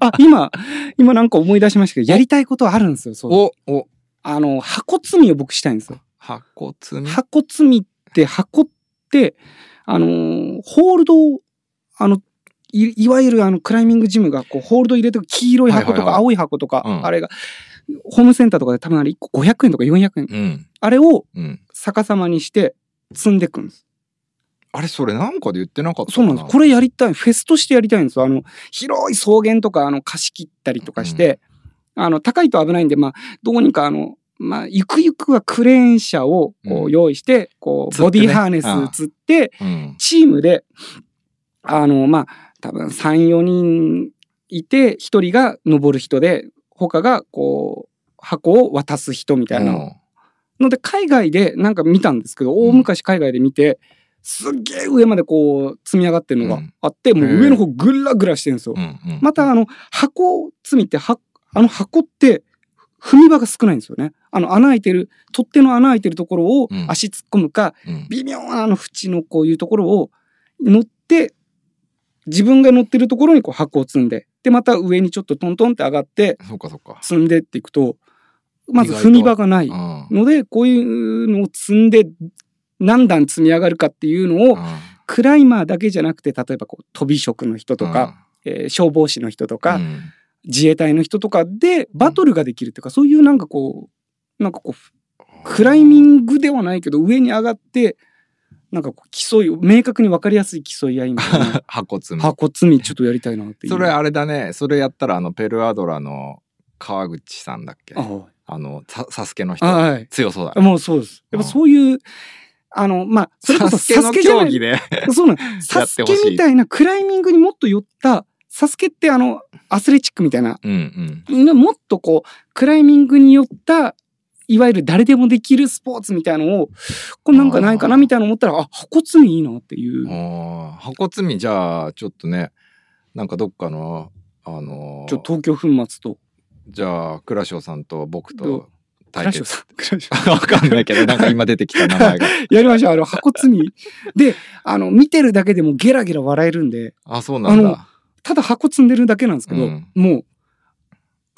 あ、 今、今なんか思い出しましたけど、やりたいことあるんですよ、そう。お、お、あの、箱積みを僕したいんですよ。箱積み。箱積みって、箱って、あのーホールドを、あの、いいわゆるあのクライミングジムがこうホールド入れて黄色い箱とはいはいかはい青い箱とか、うんあれが、ホームセンターとかで多分あれ1個500円とか400円。うん、あれをうん。逆さまにして積んでくんです。あれ、それなんかで言ってなかったそうなんです。これれやりたい。フェスとしてやりたいんですよ。あの、広い草原とか、あの、貸し切ったりとかして、あの、高いと危ないんで、まあ、どうにかあの、まあ、ゆくゆくはクレーン車をこうんう用意して、こう、吊っボてデねィハーネスつって、うん。チームで、あの、まあ、多分3、4人いて、1人が登る人で、他がこう、箱を渡す人みたいなのので海外でなんか見たんですけど、ん大昔海外で見てすっげえ上までこう積み上がってるのうがんあって、もうへえ上の方ぐらぐらしてるんですよ。うん、うんうん。またあの箱積みってはあの箱って踏み場が少ないんですよね。あの穴開いてる取っ手の穴開いてるところをうん足突っ込むか、うん、微妙なあの縁のこういうところを乗って自分が乗ってるところにこう箱を積んででまた上にちょっとトントンって上がってそうか、そうか。。積んでっていくとまず踏み場がないうん。うんのでこういうのを積んで何段積み上がるかっていうのをクライマーだけじゃなくて例えばこう飛び職の人とか、、えー消防士の人とうか、ん自衛隊の人とかでバトルができるっていうかそういうなんかこうなんかこうクライミングではないけど上に上がってなんかこう競い明確に分かりやすい競い合いみたい な箱積み。箱積みちょっとやりたいなっていう。それあれだね。それやったら、あの、ペルアドラの川口さんだっけあはいあの、ササスケの人。あはい強そうだ。もうそうです。やっぱそういうあのまあそれこそサスケサのスケじゃな競い技で。そうなんです。やサっスてケほしいみたいなクライミングにもっと寄った、サスケってあの、アスレチックみたいな、うんうん。もっとこう、クライミングに寄った、いわゆる誰でもできるスポーツみたいのを、これなんかないかあなーみたいなの思ったら、あ、箱積みいいなっていう、ああ、箱積みじゃあ、ちょっとね、なんかどっかの、あのーちょっと東京粉末と、じゃあ、倉塩さんと僕どとうク対ラッシュ決。さん、 クラッシュ わかんないけど、なんか今出てきた名 前が。やりましょう、あの、箱積み。で、あの、見てるだけでもゲラゲラ笑えるんで、あ、そうなんだ。ただ箱積んでるだけなんですけど、うんも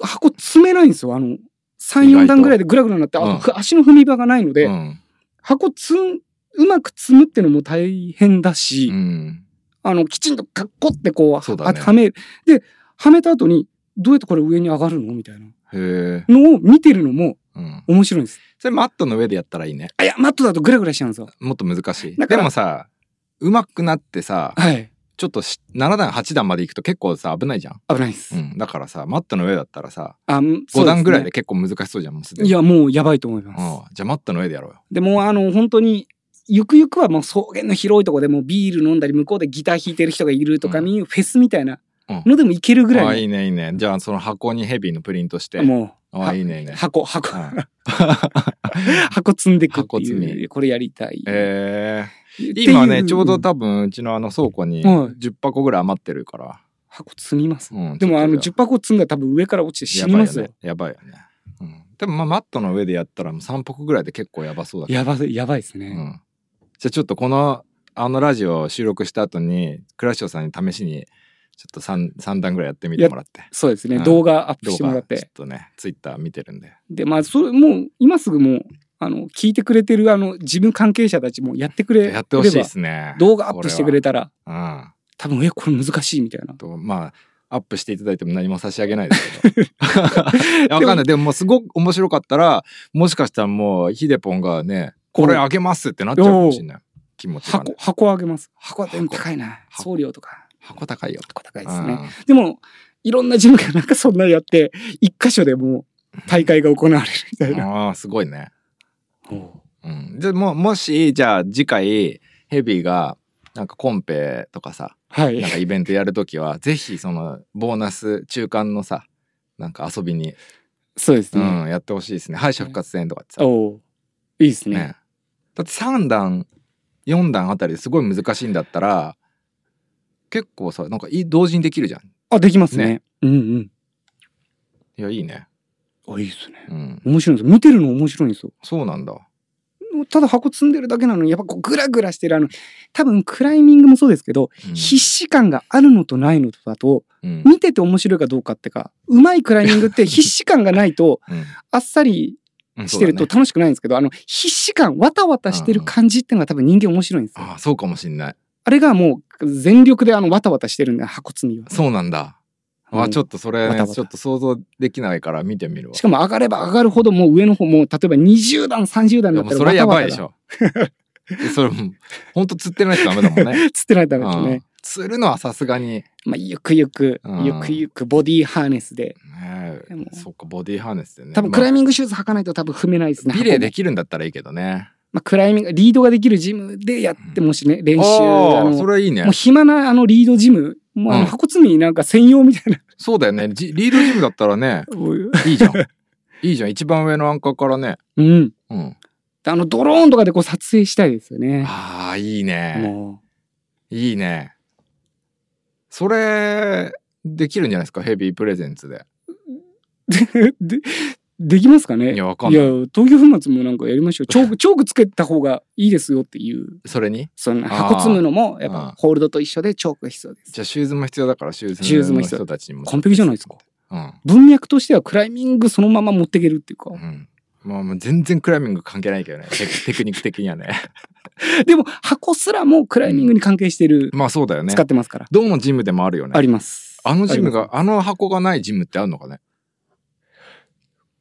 う、箱積めないんですよ、あの、3、意外と4段ぐらいでグラグラになって、あうんふ足の踏み場がないので、うん。箱積ん、うまく積むっていうのも大変だし、うん。あの、きちんとカッコってこう、そうだあねはめる。で、はめた後に、どうやってこれ上に上がるのみたいなへえ。のを見てるのもうん。面白いんです。それマットの上でやったらいいね。あ、いや、マットだとグラグラしちゃうんですよ。もっと難しい。だでからもさ、上手くなってさ、はい。ちょっとし7段、8段まで行くと結構さ、危ないじゃん。危ないです。うん。だからさ、マットの上だったらさ、あ、 5段ぐらいでで結構難しそうじゃん、もうすすでね。に。いや、もうやばいと思います。うん。じゃあマットの上でやろうよ。でもうあの本当にゆくゆくはもう草原の広いとこでもうビール飲んだり向こうでギター弾いてる人がいるとかに、フェスみたいなのでも行けるぐあらいいいねいいねじゃあその箱にヘビーのプリントしての、もうあいいねいいね箱箱うん 箱積んでくって箱積みいうこれやりたい。えっーていう今ねちょうど多分うちのあの倉庫にはい10箱ぐらい余ってるから、箱積みます。うんでもあのちょ10箱積んだら多分上から落ちて死っとにますよ。やばいよねやばいよね、うん、でもまあマットの上でやったらもう3箱ぐらいで結構やばそうだけどやばいやばいですうね。ん、じゃあちょっとこのあのラジオを収録した後に倉塩さんに試しにちょっと 3, 三段ぐらいやってみてもらってそうですね、うん動画アップ動してもら画っちょってとねツイッター見てるんででまあそれもう今すぐもうあの聞いてくれてるあの自分関係者たちもやってくれればやってほしいですね動画アップしてくれたたらうん多分えこれ難しいみたいな。とまあアップしていただいても何も差し上げないですけどいやわかんないでももうすごく面白かったらもしかしたらもうヒデポンがねこれあげますってなっちゃうかもしれない気持ちが、箱ね、箱あげます。箱はでも高いな。箱送料とか箱高いよ箱高いですね。でもいろんなジムがなんかそんなやって一箇所でもう大会が行われるみたういんな。あーすごいね、うん、でももしじゃあ次回ヘビーがなんかコンペとかさはいなん。かイベントやるときはぜひそのボーナス中間のさなんか遊びに、そうですうね。ん、やってほしいですね敗者復活戦とかってさおおーいいですね。ね、だって3段4段あたりですごい難しいんだったら結構さなんかいい同時にできるじゃんあできますね。ねうんうん。いやいいねあいいですね。うん面白いんですよ。見てるの面白いんですよ。そうなんだもうただ箱積んでるだけなのに、やっぱこうグラグラしてるあの、多分クライミングもそうですけど、うん必死感があるのとないのとだと、うん見てて面白いかどうかってか、うまいクライミングって必死感がないと、うんあっさりうんしてるそとうだね楽しくないんですけど、あの、必死感、わたわたしてる感じってのが多分人間面白いんですよ。ああそうかもしんないあれがもう全力であの、わたわたしてるんで、箱積みは。そうなんだあちょっとそれ、わたわたちょっと想像できないから見てみるわしかも上がれば上がるほどもう上の方もう例えば20段30段いだやっもたらうそれやばいわでしたわょでそれもほんと釣ってないとダ メだもんねただつってないとダメですうんね。釣るのはさすがに、まあゆくゆくうんゆくゆくボディーハーネスでねでもそっかボディハーネスでね多分クライミングシューズ履かないと多分踏めないですまね。あビレーで箱もきるんだったらいいけどねまあクライミングリードができるジムでやってもしね練習あああのそれいいねもう暇なあのリードジムもうあうのん箱積みなんか専用みたいな。そうだよねじリードジムだった らねいいじゃんいいじゃん一番上のアンカーからねうん。うんあのドローンとかでこう撮影したいですよね。ああいいねもいいねそれできるんじゃないですかヘビープレゼンツでう でできますかねいやわかんないいや、東京粉末もなんかやりま しょう。チョーク、チョークつけた方がいいですよっていう。それにそのあー箱積むのも、やっうんぱホールドと一緒でチョークが必要です。じゃあシューズも必要だからシューズシューズもの必要人たちにも完璧じゃないですか。うん文脈としてはクライミングそのまま持っていけるっていうかう。んまあ、もう全然クライミング関係ないけどねテク テクニック的にはねでも、箱すらもクライミングに関係してる、まあそうだよね使ってますから。どのジムでもあるよねあります。あのジムありがます。あの箱がないジムってあるのかね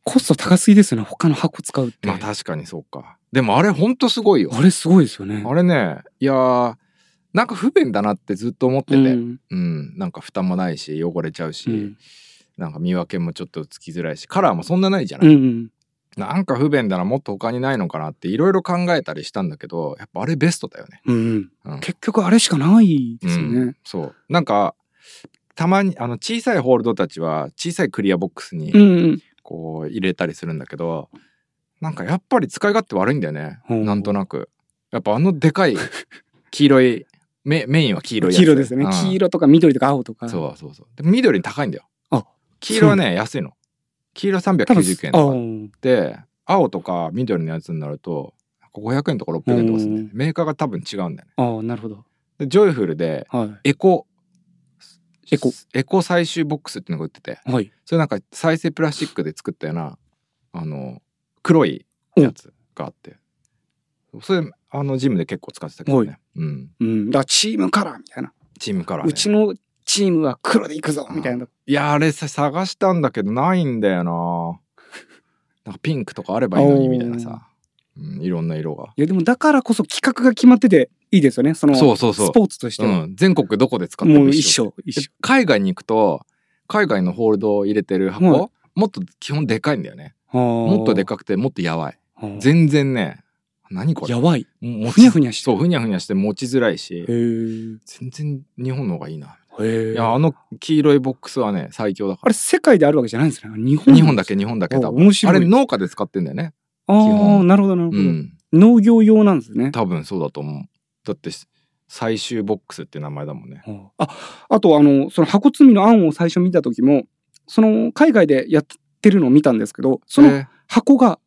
コスト高すぎですよね。他の箱使うって。まあ確かにそうかでもあれほんとすごいよあれすごいですよね。あれねいやーなんか不便だなってずっと思ってて、ううんん。なんか蓋もないし汚れちゃうし、うん。なんか見分けもちょっとつきづらいしカラーもそんなないじゃなうい、ん。なんか不便だなもっと他にないのかなっていろいろ考えたりしたんだけどやっぱあれベストだよね、うん。うん、結局あれしかないですようねん。そうなんかたまにあの小さいホールドたちは小さいクリアボックスにうんうん。こう入れたりするんだけどなんかやっぱり使い勝手悪いんだよねほうなんとなくやっぱあので かい黄色いメメインは黄色いやつ黄色ですねうん。黄色とか緑とか青とか。そうそうそうで緑に高いんだよあ黄色はね安いの黄色多分390円あとかーで青とか緑のやつになると500円とか600円とかするんだよねうメーカーが多分違うんだよねあー、なるほど。でジョイフルではエコエコエコ最終ボックスっていうのが売っててい。はい。それなんか再生プラスチックで作ったようなあの黒いやつがあってそれあのジムで結構使ってたけどね、うん、うん。だからチームカラーみたいな。チームカラー、ね、うちのチームは黒で行くぞみたいな。いやあれさ探したんだけどないんだ よななんかピンクとかあればいいのにみたいなさ、うん、いろんな色がいやでもだからこそ企画が決まってていいですよね。そのそうそうそうスポーツとしては。うん、全国どこで使ってももう一一緒緒一緒。海外に行くと海外のホールドを入れてる箱、はもっと基本でかいんだよねももっとでかくてもっとやばい全全然ね何これやばい。もふにゃふにゃしてそうふにゃふにゃして持ちづらいしへー全然日本の方がいいな、へいーやあの黄色いボックスはね最強だかあられ世界であるわけじゃないんですね。日本日本だけ日本だけ多あ分面白いあれ農家で使ってんだよねああ本なるほどなるほうど、ん農業用なんですね。多分そうだと思うだって最終ボックスって名前だもんねああとあのその箱積みの案を最初見た時もその海外でやってるのを見たんですけどそえのー箱が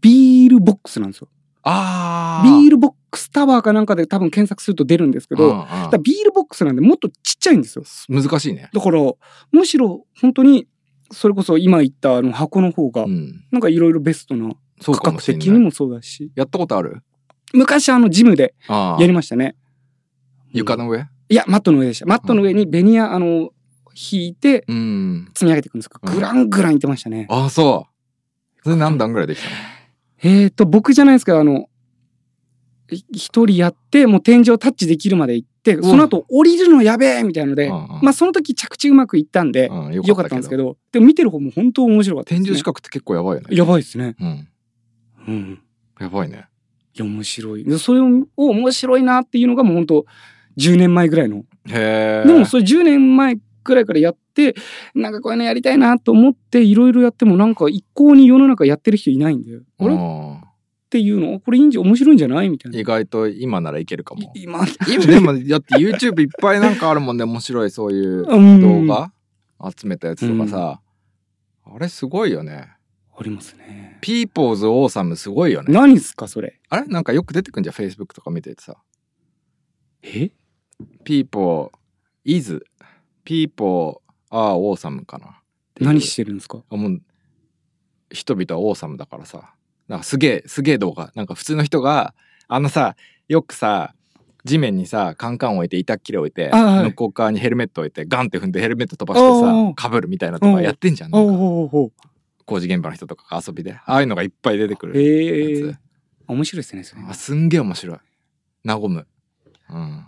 ビールボックスなんですよ。あビールルボックスタワーかなんかで多分検索すると出るんですけど、だからビールボックスなんでもっとちっちゃいんですよ。難しいねだから、むしろ本当に、それこそ今言ったあの箱の方がう、んなんかいろいろベストな、そう価かも格しれ的にないもそうだし、やったことある昔あのジムでああやりましたね。床の上いや、マットの上でした。マットの上にベニヤ、あの、引いてうん積み上げていくんですけど、うんグラングランいってましたね。ああそうそれ何段ぐらいできたのえーと、僕じゃないですけど、あの、い一人やって、もう天井タッチできるまで行って、んその後降りるのやべえみたいので、うんうんまあその時着地うまくいったんで、うんよかったんですけど、でも見てる方も本当面白かったです、ね。天井四角って結構やばいよねやばいですね。うんうん。やばいねいや、面白い。でそれを面白いなっていうのがもう本当10年前ぐらいの。へえでもそれ10年前ぐらいからやって、なんかこういうのやりたいなと思っていろいろやってもなんか一向に世の中やってる人いないんで、あれっうんていうの、これいいんじゃ面白いんじゃないみたいな。意外と今ならいけるかも。今、今でもだって YouTube いっぱいなんかあるもんね面白いそういううん動画集めたやつとかさ、あれすごいよね。ありますね。ピーポーズオーサムすごいよね。何すかそれ。あれなんかよく出てくんじゃん、Facebook とか見ててさ。えピーポー、イズ、ピーポー、ああ、オーサムかな。っていう何してるんですかあもう、人々はオーサムだからさ。なんかすげえ、すげえ動画。なんか普通の人が、あのさ、よくさ、地面にさ、カンカン置いて、板っきり置いて、あはい向こう側にヘルメット置いて、ガンって踏んでヘルメット飛ばしておうおさう、かぶるみたいなとかやってんじゃん。なんおうかおうおう工事現場の人とかが遊びで。ああいうのがいっぱい出てくる。ええやつ面白いですね、それ。あすんげえ面白い和むうん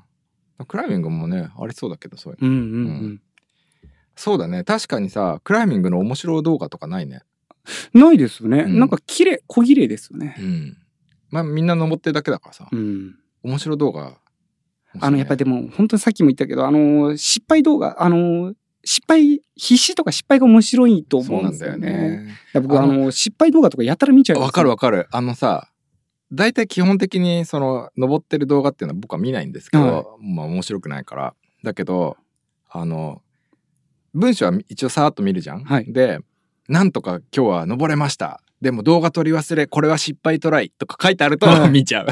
クライミングもねありそうだけどそういうのうんうんう。うんそうだね確かにさクライミングの面白い動画とかないねないですよね。うんなんか綺麗、小綺麗ですよねう。んまあみんな登ってるだけだからさ、うん。面白い動画あの、やっぱりでも、本当にさっきも言ったけど、あのー、失敗動画、あのー、失敗、必死とか失敗が面白いとそ思うんうなでんすだよよね。ねだから僕、ああののー、失敗動画とかやたら見ちゃう。わかるわかるあのさ大体基本的にその登ってる動画っていうのは僕は見ないんですけど、はいまあ面白くないからだけどあの文章は一応さーっと見るじゃん、はいで「なんとか今日は登れました」でも動画撮り忘れこれは失敗トライとか書いてあるとはい見 ちゃう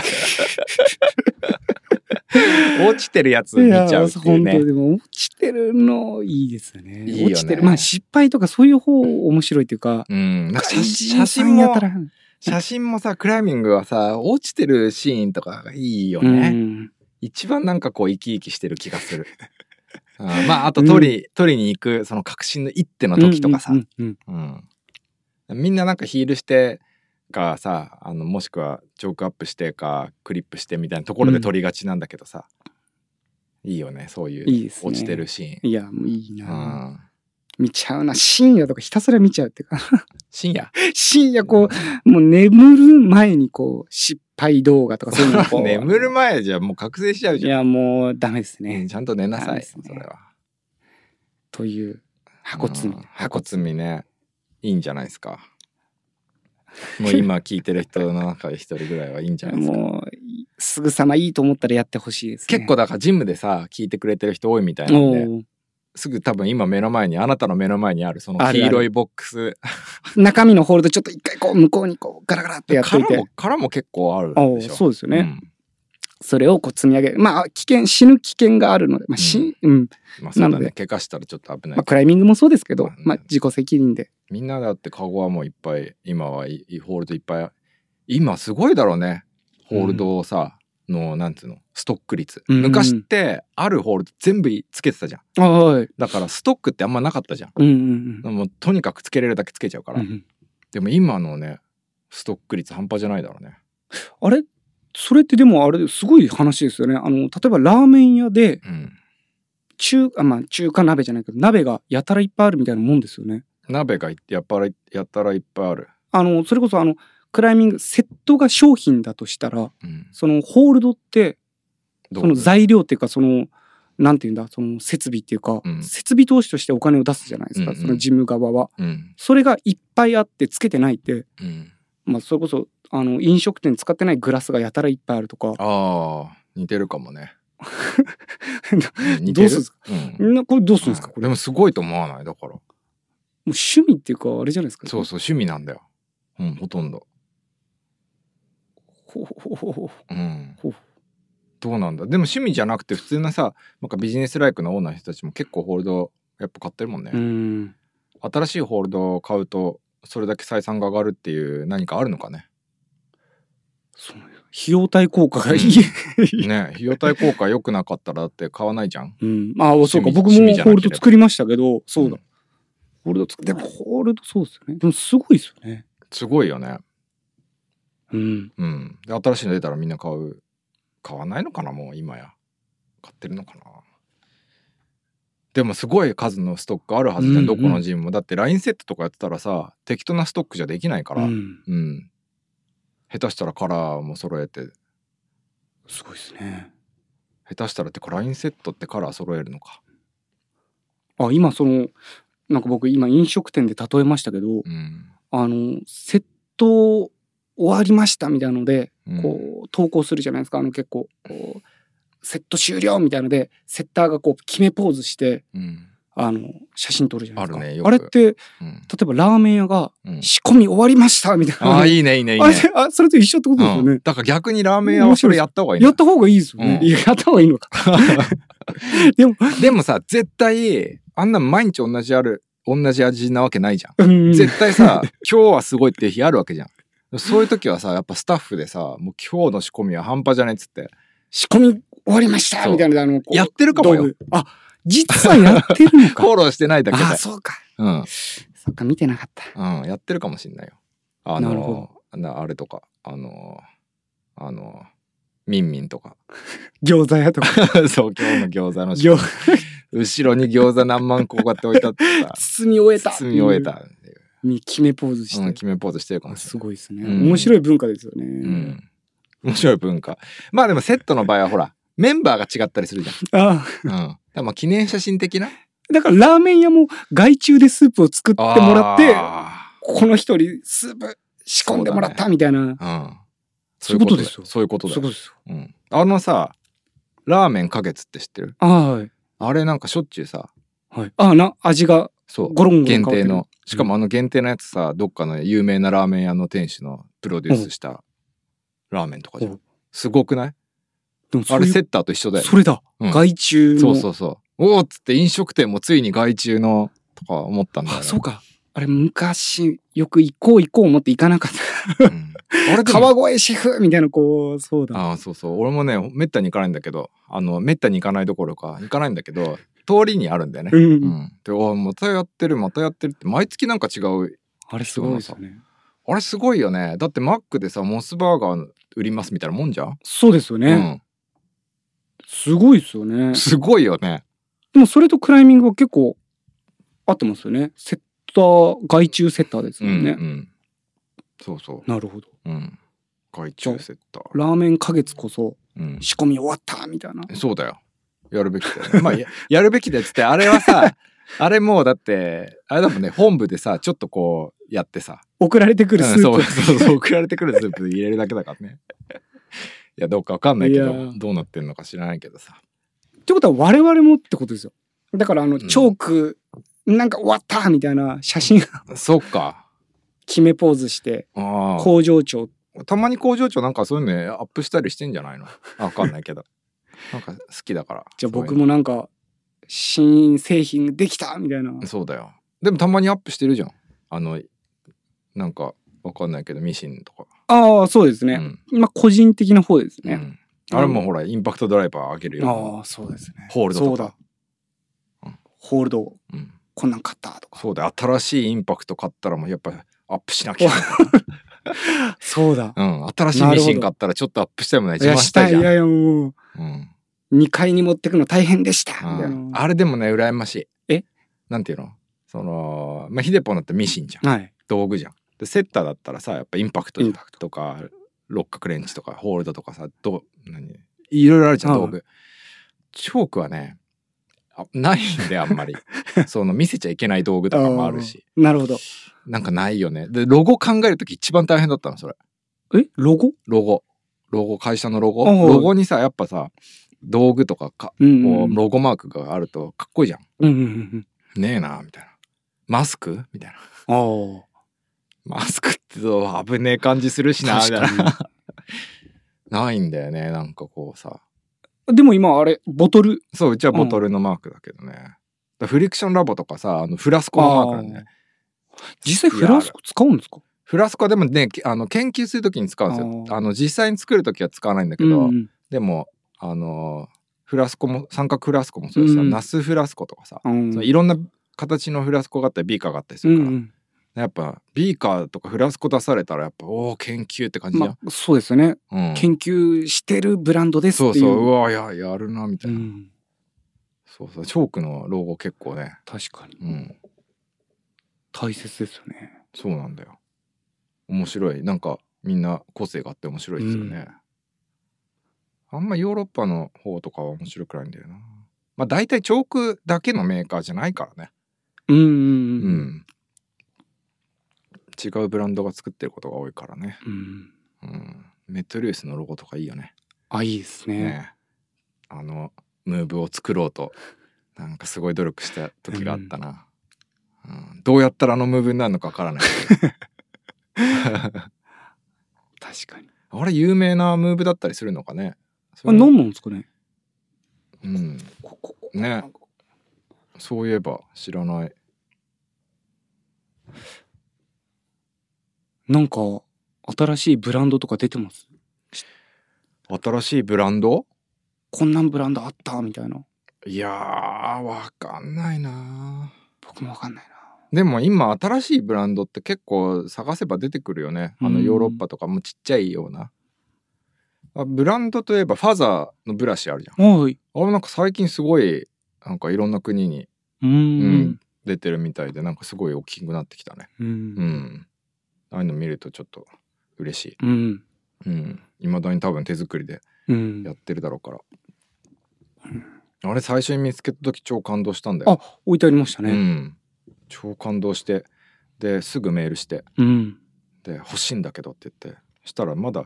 落ちてるやつい見ちやゃうっていう本当ねでも落ちてるのいいですよね。いいよね落ちてる。まあ失敗とかそういう方面白いというか、うんなんか写怪人写さ真んやもたら写真もさクライミングはさ落ちてるシーンとかがいいようね、ん。一番なんかこう生き生きしてる気がする。 うんまああと取り、取りに行くその確信の一手の時とかさ、ううんんうんみんななんかヒールしてかさあのもしくはチョークアップしてかクリップしてみたいなところで取りがちなんだけどさ、いいよねそういういいですね落ちてるシうんいや、もういいーな、ン。うん見ちゃうな。深夜とかひたすら見ちゃうっていうか、 深夜深夜こう、もう眠る前にこう、失敗動画とかそういうのをこう 眠る前じゃもう覚醒しちゃういじゃん。や、もうダメですうねん。ちゃんと寝なダさメい、ですねそれは。という、箱積みうん。箱積みねいいんじゃないで すかもう今聞いてる人の中で一人ぐらいはいいんじゃないですかもう、すぐさまいいと思ったらやってほしいです、ね。結構だからジムでさ聞いてくれてる人多いみたいなんおでーすぐ多分今目の前にあなたの目の前にあるそのあるある黄色いボックス中身のホールドちょっと一回こう、向こうにこう、ガラガラってやっとい殻ても。殻も結構あるおでしーょそうですよね。うんそれをこう積み上げる。まあ、危険、死ぬ危険があるので、まあ、死、うん、まあそうなだのでね怪我したらちょっと危ないまあ、クライミングもそうですけどまあ、ねまあ、自己責任で。みんなだってカゴはもういっぱい今はいいホールドいっぱい今すごいだろうねホールドをさ、のなんつうのストック率、うん昔ってあるホールド全部つけてたじゃんはい。だからストックってあんまなかったじゃんうんうんもうとにかくつけれるだけつけちゃうかうら、ん。でも今のねストック率半端じゃないだろうねあれそれってでもあれ、すごい話ですよね。あの、例えばラーメン屋で、うん中、あまあ、中華鍋じゃないけど、鍋がやたらいっぱいあるみたいなもんですよね。鍋がやっぱりやったらいっぱいある、あの、それこそあの、クライミング、セットが商品だとしたら、うん、そのホールドって、どうその材料っていうか、その、なんていうんだ、その設備っていうか、うん設備投資としてお金を出すじゃないですか、うんうんその事務側は。うんそれがいっぱいあって、つけてないって、うんまあ、それこそ、あの、飲食店使ってないグラスがやたらいっぱいあるとか、ああ似てるか もねん似どてうるするんですかうんなこれどうするんですか、これ。でももすごいと思わないだからう趣味っていうか、あれじゃないですか。そうそう趣味なんだよ、うん、ほとんど、ほほほほうんほう、どうなんだでも趣味じゃなくて普通のさなんかビジネスライクのオーナーの人たちも結構ホールドやっぱ買ってるもんね、うん。新しいホールドを買うとそれだけ採算が上がるっていう何かあるのかねその費用対効果がいい。ね費用対効果良くなかったらだって買わないじゃん うん。まあ、そうか。趣味僕も趣味じゃなければホールド作りましたけど、そうだ。んホールド作でもホールドそうですよね。でもすごいですよね。すごいよねうん。うんで新しいの出たらみんな買う買わないのかなもう今や買ってるのかなでもすごい数のストックあるはずじゃん、うんうんどこのジムもだってラインセットとかやってたらさ適当なストックじゃできないから、うん。うん。下手したらカラーも揃えて、すごいですね。下手したらってか、ラインセットってカラー揃えるのか。あ、今その、なんか僕今飲食店で例えましたけど、うん。あの、セット終わりましたみたいなので、うんこう、投稿するじゃないですか。あの結構、こう、セット終了みたいなので、セッターがこう、決めポーズして、うん。ああの写真撮るじゃないですかあるねよくあれって例うんえばラーメン屋がうん仕込み終わりましたみたいなああ、いいね、いいね、いい あねれ。あそれと一緒ってことですよね、うんだから逆にラーメン屋はそれやった方がいいやねっ。た方がいいですよね、うんやった方がいいのかでも、でもさ、絶対、あんな毎日同じある、同じ味なわけないじゃん。 うん、絶対 さ、今日はすごいっていう日あるわけじゃん。そういう時はさ、やっぱスタッフでさ、もう今日の仕込みは半端じゃないっつって。仕込み終わりましたそうみたいなあのこうやってるかも道よ。具あ実はやってるのフ かォローしてないだけで。あそうかうん。そっか見てなかったうん、やってるかもしんないよ。あなるほの、なあれとか、あの、あの、ミンミンと か。餃子屋とかそう、今日の餃子の仕込餃み子後ろに餃子何万個こうやって置いてあって さ包み終えた包み終えたっていう。に決めポーズして、うん、決めポーズしてるかもあしれすごいですね、うん面白い文化ですよね、ない。うん。面白い文化。まあでもセットの場合はほら、メンバーが違ったりするじあゃん。うん。だからまあ記念写真的なだからラーメン屋も外注でスープを作ってもらってあこの人にスープ仕込んでもらったみたいなーうん。そういうことですよそういうことだそよう。ですようん。あのさ、ラーメンか月って知ってるはいあれなんかしょっちゅうさ、はいあな味がそう。ゴロンゴロン変限わって定るの。しかもあの限定のやつさ、どっかの有名なラーメン屋の店主のプロデュースしたラーメンとかじゃうんん。すごくないでもそあうれいうセッターと一緒だよ。それだ、うん外注のそうそうそう。おおっつって飲食店もついに外注のとか思ったんだよ、あね。そうかあれ昔よく行こう行こう思って行かなかったうんあれでも川越シェフみたいなこうそうだあーそうそう。俺もね、めったに行かないんだけど、あの、めったに行かないどころか、行かないんだけど、通りにあるんだよねう。ん、うん。で、おーまたやってる、またやってるって、毎月なんか違う。あれすごいですよねあれすごいよね。だってマックでさ、モスバーガー売りますみたいなもんじゃん、そうですよね、すごいですよねうん。すごいよね。でもそれとクライミングは結構合ってますよねセッター外注セッターですうもん、んね、うん。そうそなるほどう。うん。外注セッター。ラーメン花月こそうん。仕込み終わったみたいなそうだよ。やるべき だよね。まあ、ややるべきだよっつって、あれはさ、あれもうだって、あれだもんね、本部でさ、ちょっとこう、やってさ、送られてくるうスんープ、そうそうそう、送られてくるスープ入れるだけだからね。いや、どうかわかんないけいやど、どうなってんのか知らないけどさ。ってことは我々もってことですよだからあのんチョーク、なんか終わったみたいな写真そっか。決めポーズしてああ。工場長たまに工場長なんかそういうのねアップしたりしてんじゃないのあわかんな いけど。なんか好きだから。じゃあそういう僕のもなんか新製品できたみたいなそうだよ。でもたまにアップしてるじゃん。あの、なんか、わかんないけど、ミシンとか。ああそうですうね、んまあ個人的な方ですうね、んあれもほら、インパクトドライバー上げるよ。ああそうですねホールドそうとだか、ホールドうんこんなん買ったとかそうだよ、新しいインパクト買ったらもうやっぱアップしなきゃ。そうだうん、新しいミシン買ったらちょっとアップしたいもんね。い自や慢ししたたいいじゃいん。やいやもううん2階に持ってくの大変でしたみたういんなあれでもね、羨ましい。えなんていうのその、まあ、ヒデポンだってミシンじゃん。はい道具じゃん。で、セッターだったらさ、やっぱインパクトインパとか、六角レンチとか、ホールドとかさ、どう、何いろいろあるじゃん、はい道具。チョークはね、あないん で、あんまり。その、見せちゃいけない道具とかもあるし。ーなるほどなんかないよね。で、ロゴ考えるとき一番大変だったの、それ。えロゴロゴ。ロゴ、会社のロゴ。あはいロゴにさ、やっぱさ、道具とかか、うんうこんう、ロゴマークがあるとかっこいいじゃん。うんうんうんねえな、みたいな。マスクみたいな。うんあマスクってどう危ねえ感じするしな、みあたいな。確かないんだよね、なんかこうさ。にでも今あれボトルそう、うちはボトルのマークだけどね。だからフリクションラボとかさ、あのフラスコのマークなんだね。実際フラスコ使うんですかフラスコはでもね、けあの研究するときに使うんですよ。あーあの実際に作るときは使わないんだけうど、んでもあのフラスコも三角フラスコもそうだしさ、うんナスフラスコとかさ、うんそのいろんな形のフラスコがあったりビーカーがあったりするから、うんやっぱビーカーとかフラスコ出されたらやっぱおお研究って感じじゃんま。あそうですよねうん研究してるブランドですそっうていうそううわややるなみたういな、んそうそうチョークのロゴ結構ね、確かにうん、大切ですよねそうなんだよ面白いなんかみんな個性があって面白いですよね、あんまヨーロッパの方とかは面白くないんだよなまあ大体チョークだけのメーカーじゃないからねうんうんううんん、違うブランドが作ってることが多いからね、うんうん、メトリウスのロゴとかいいよねあいいですねねあのムーブを作ろうとなんかすごい努力した時があったな、うんどうやったらあのムーブになるのかわからない確かに。あれ有名なムーブだったりするのかねあ、何なんですかねうんこここねそういえば知らないなんか、新しいブランドとか出てます新しいブランドこんなんブランドあったみたいな。いやーわかんないな僕もわかんないな。でも今新しいブランドって結構探せば出てくるよねあのうんヨーロッパとかもちっちゃいような、あブランドといえばファザーのブラシあるじゃんおい。あれなんか最近すごいなんかいろんな国にうーうんん。出てるみたいでなんかすごい大きくなってきたねう。うんんああいうの見るとちょっと嬉しいうん。うん未だに多分手作りでうんや。ってるだろうから、あれ最初に見つけた時超感動したんだよあ、置いてありましたうね。ん、超感動してですぐメールしてうん。で欲しいんだけどって言ってしたらまだ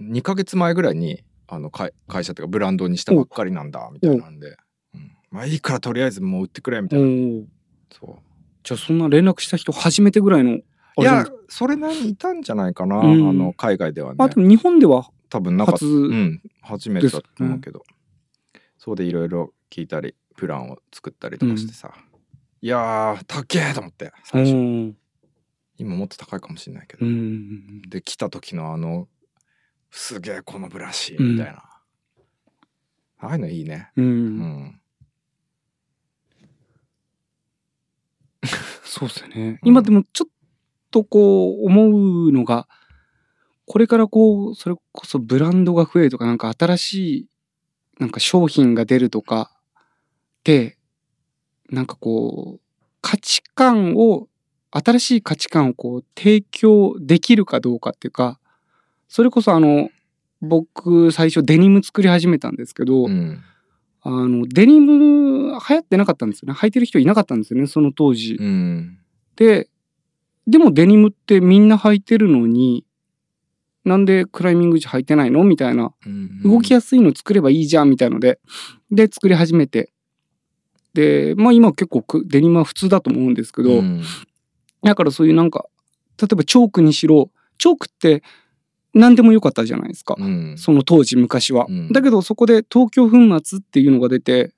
2ヶ月前ぐらいにあの会会社というかブランドにしたばっかりなんだみたいなんで、うん、まあいいからとりあえずもう売ってくれみたおいな、ーそじゃあそんな連絡した人初めてぐらいの。うあいれじゃなやですかそれなりにいたんじゃないかな、うんあの海外ではねまあでも日本では。多分なかっ初た、うん、初めてだと思うけど、そうでいろいろ聞いたりプランを作ったりとかしてさ、いやー高えと思ってう最初、ん。今もっと高いかもしれないけどう、ん。で来た時のあのすげえこのブラシみたいな、ああいうのいいねう。うんんそうですよね。うん今でもちょっとこう思うのが、これからこう、それこそブランドが増えるとか、なんか新しい、なんか商品が出るとかって、なんかこう、価値観を、新しい価値観をこう提供できるかどうかっていうか、それこそあの、僕最初デニム作り始めたんですけど、うんあの、デニム流行ってなかったんですよね。履いてる人いなかったんですよね、その当時。うんで、でもデニムってみんな履いてるのに、なんでクライミング時履いてないのみたいな。うん動きやすいの作ればいいじゃんみたいので、で、作り始めて。で、まあ今結構くデニムは普通だと思うんですけど、うんだからそういうなんか、例えばチョークにしろ、チョークって何でもよかったじゃないですか。うんその当時昔は、うんだけどそこで東京粉末っていうのが出て、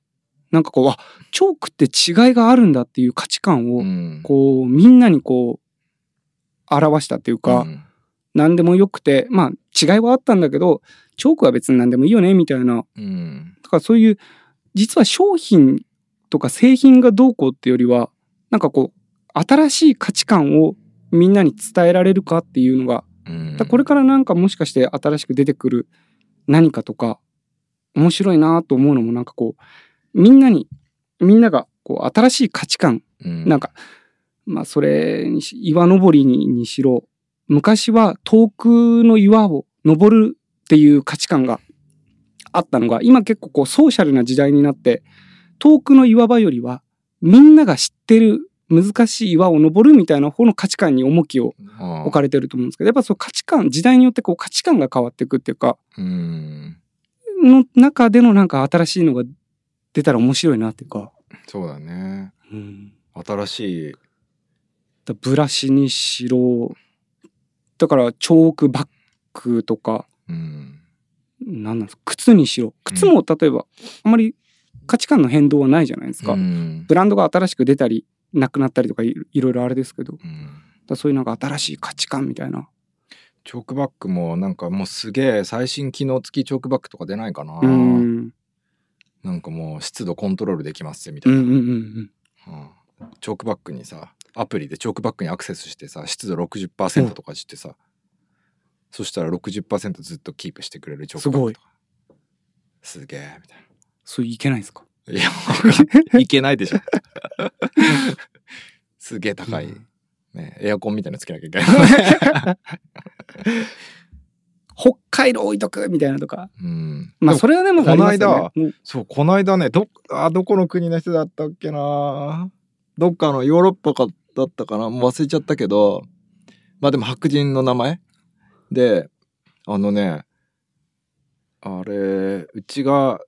なんかこう、あ、チョークって違いがあるんだっていう価値観を、うんこう、みんなにこう、表したっていうか、うん何でもよくて、まあ、違いはあったんだけど、チョークは別に何でもいいよね、みたいな。うんだからそういう、実は商品とか製品がどうこうってよりは、なんかこう、新しい価値観をみんなに伝えられるかっていうのが、うんだからこれからなんかもしかして新しく出てくる何かとか、面白いなと思うのもなんかこう、みんなに、みんながこう、新しい価値観うんなんか、まあ、それにし、岩登りににしろ、昔は遠くの岩を登るっていう価値観があったのが、今結構こうソーシャルな時代になって、遠くの岩場よりは、みんなが知ってる難しい岩を登るみたいな方の価値観に重きをああ置かれてると思うんですけど、やっぱそう価値観、時代によってこう価値観が変わっていくっていうか、うんの中でのなんか新しいのが出たら面白いなっていうか、そうだねうん、新しいだブラシにしろだからチョークバッグとかうんなんなんですか靴にしろ靴も例えば、あまり価値観の変動はないじゃないですか、うんブランドが新しく出たりなくなったりとかいいろいろあれですけどだかうんらそういうなんか新しい価値観みたいなチョークバッグもなんかもうすげえ最新機能付きチョークバッグとか出ないかなうんうんなんかもう湿度コントロールできますみたういんうなんうんうんチョークバッグにさアプリでチョークバッグにアクセスしてさ湿度60%とかしてさ、そしたら60%ずっとキープしてくれるチョークバッグとかすげえみたいそういけないですかないやいけない でしょすげえ高い、うんね、エアコンみたいなのつけなきゃいけない、 北海道置いとくみたいなとかうん、まあでもそれはでもこの間ありますよねそうこの間ねどっあどこの国の人だったっけなどっかのヨーロッパかだったかなもう忘れちゃったけどまあでも白人の名前であのねあれうちが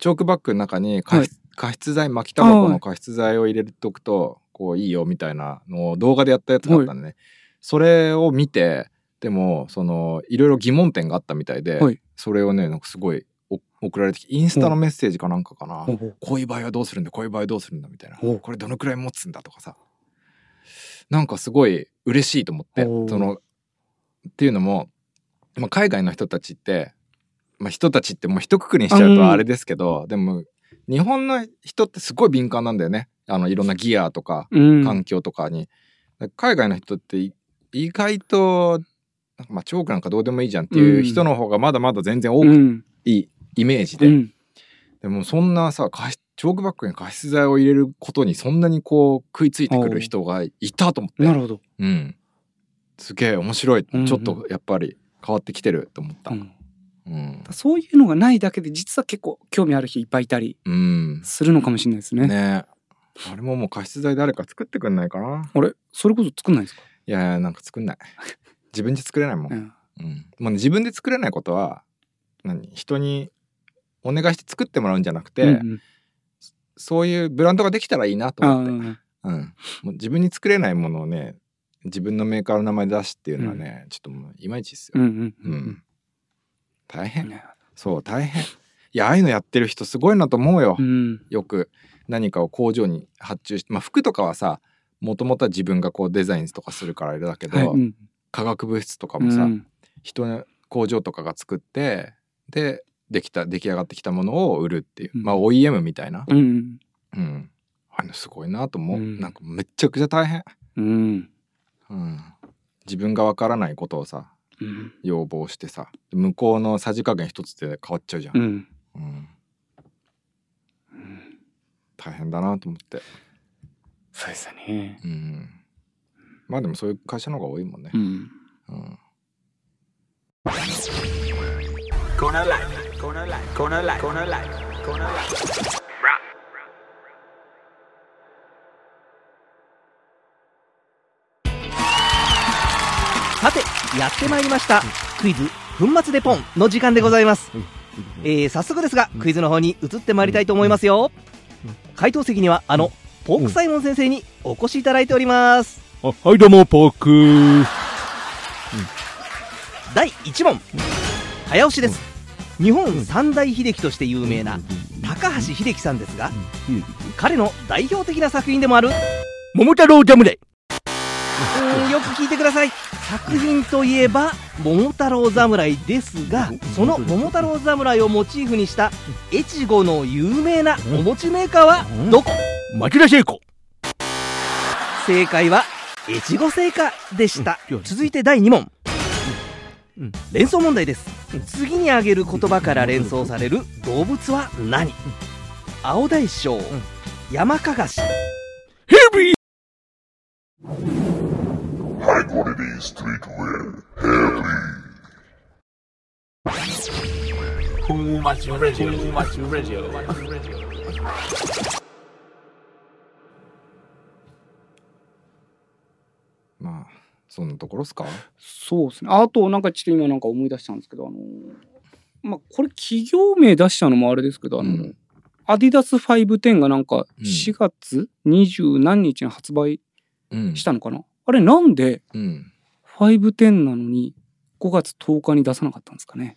チョークバッグの中に加湿,、加湿剤巻きタバコの加湿剤を入れとくとこういいよみたいなのを動画でやったやつがあったんでね、それを見てでもそのいろいろ疑問点があったみたいで、はいそれをねなんかすごいお送られてきてインスタのメッセージかなんかかな、ほうほうこういう場合はどうするんだこういう場合はどうするんだみたいなほうこれどのくらい持つんだとかさなんかすごい嬉しいと思ってほうそのっていうのも、まあ、海外の人たちって、まあ、人たちってもう一括りにしちゃううんとあれですけど、でも日本の人ってすごい敏感なんだよねあのいろんなギアとかうん環境とかに、海外の人ってい意外となんかまあチョークなんかどうでもいいじゃんっていう人の方がまだまだ全然多うくんいイメージで、うんでもそんなさ加湿チョークバッグに加湿剤を入れることにそんなにこう食いついてくる人がいたと思ってなるほど、うん、すげえ面白い、うんうんちょっとやっぱり変わってきてると思った、ううんんそういうのがないだけで実は結構興味ある人いっぱいいたりうんするのかもしれないですね。ねあれももう加湿剤誰か作ってくんないかなあれそれこそ作んないですか、いやいやなんか作んない 自分で作れないもん、うんうんもうね、自分で作れないことは何人にお願いして作ってもらうんじゃなくて、うんそういうブランドができたらいいなとうん、思ってあうん、もう自分に作れないものをね自分のメーカーの名前出しっていうのはね、ちょっともういまいちですーうよ、んうんうんうん大う変んそう大変いやああいうのやってる人すごいなと思うよ、うんよく何かを工場に発注して、まあ、服とかはさもともとは自分がこうデザインとかするからあれだけど、はいうん化学物質とかもさ、うん人の工場とかが作ってでできた出来上がってきたものを売るっていう、うんまあ OEM みたいな、うんうん、あのすごいなと思う、うんなんかめっちゃくちゃ大変、うんうん、自分がわからないことをさうん要望してさ向こうのさじ加減一つで変わっちゃうじゃん、うんうん大変だなと思って、そうですよね。うん、まあでもそういう会社の方が多いもんねう、んうん、 Corner Light. Corner Light. Corner Light. Corner Light. Corner Light. さて、やってまいりました。クイズ、粉末でポンの時間でございます。えー、早速ですが、クイズの方に移ってまいりたいと思いますよ。回答席には、あの、ポークサイモン先生にお越しいただいております。あはい、どうも、ポーク第1問。早押しです。日本三大秀樹として有名な高橋秀樹さんですがうん、彼の代表的な作品でもある、う桃太郎ジャムでーんよく聞いてください。作品といえば、桃太郎侍ですが、その桃太郎侍をモチーフにした越後の有名なお餅メーカーはどこ町田聖子正解は越後製菓でしたうん続いて第2問うん連想問題です次に挙げる言葉から連想される動物は何青大将山かがしヘビー High quality streetwear. Heavy. Too much radio. Too much radio. まあそんなところっすかそうですね。あとなんかちょっと今なんか思い出したんですけど、あのーまあこれ企業名出したのもあれですけど、あのーうんアディダス510がなんかうん4月20何日に発売うんしたのかな、あれなんでうん510なのに5月10日に出さなかったんですかね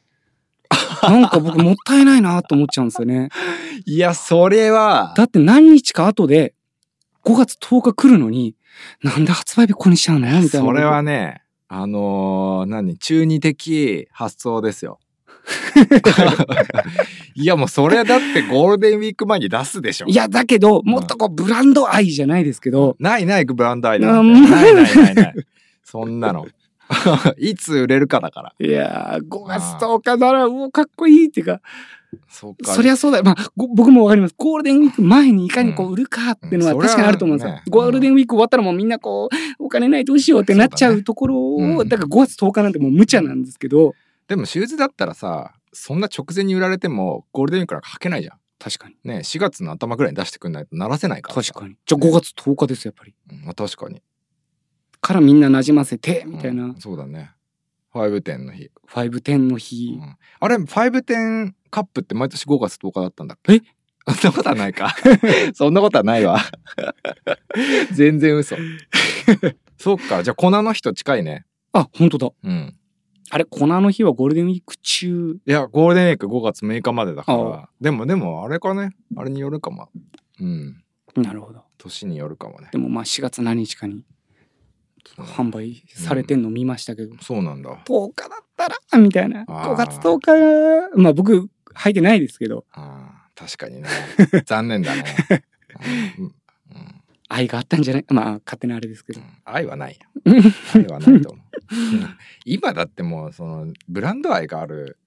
なんか僕もったいないなと思っちゃうんですよね。いやそれはだって何日か後で5月10日来るのになんで発売日ここにしちゃうのみたいな。それはねあのー何中二的発想で すよ いやもうそれはだってゴールデンウィーク前に出すでしょいやだけどもっとこうブランド愛じゃないですけど、ないないブランドアイデアうみんたいなないないないないそんなの いつ売れるかだからいやー、5月10日ならもうかっこいいっていうか、そうかそりゃそうだよ。まあ、ご僕もわかります。ゴールデンウィーク前にいかにこう売るかっていうのはうんうん確かにあると思うんですよ。それはねゴールデンウィーク終わったらもうみんなこう、お金ないどうしようってなっちゃそうだうところを、うんだから5月10日なんてもう無茶なんですけど、でもシューズだったらさそんな直前に売られてもゴールデンウィークなんか履けないじゃん確かに。ね4月の頭ぐらいに出してくんないと鳴らせないから確さかに。じゃあ5月10日です、やっぱり。うんまあ確かにからみんな馴染ませて、みたいうんな、そうだね510の日、 510のう日。んあれ510カップって毎年5月10日だったんだっけえそんなことはないか。 そんなことはな いわ。全然嘘。そっか、じゃあ粉の人近いね。あ、本当だ。うん。あれ、粉の日はゴールデンウィーク中。いや、ゴールデンウィーク5月6日までだかあら。でも、でも、あれかね。あれによるかも。うん。なるほど。年によるかもねで。もまあ4月何日かに販売されてんの見ましたけど、そうなんだ。 10日だったら、みたいな。あー5月10日、まあ僕、履いてないですけど、あー確 かにね。残念だね。うんうんうん愛があったんじゃないまあ勝手なあれですけうど。ん愛 はないようん。愛はないと思う。うん今だってもう、その、ブランド愛がある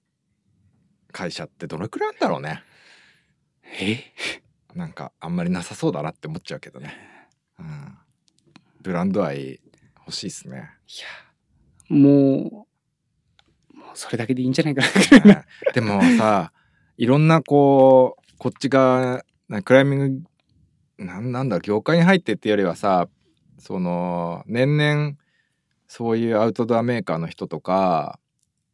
会社ってどれくらいあるんだろうね。えなんかあんまりなさそうだなって思っちゃうけどね。うん。ブランド愛欲しいっすね。もう、もうそれだけでいいんじゃないかな。 ねでもさ、いろんなこう、こっちが、なクライミング、なんなんだろう、業界に入ってってよりはさ、その、年々、そういうアウトドアメーカーの人とか、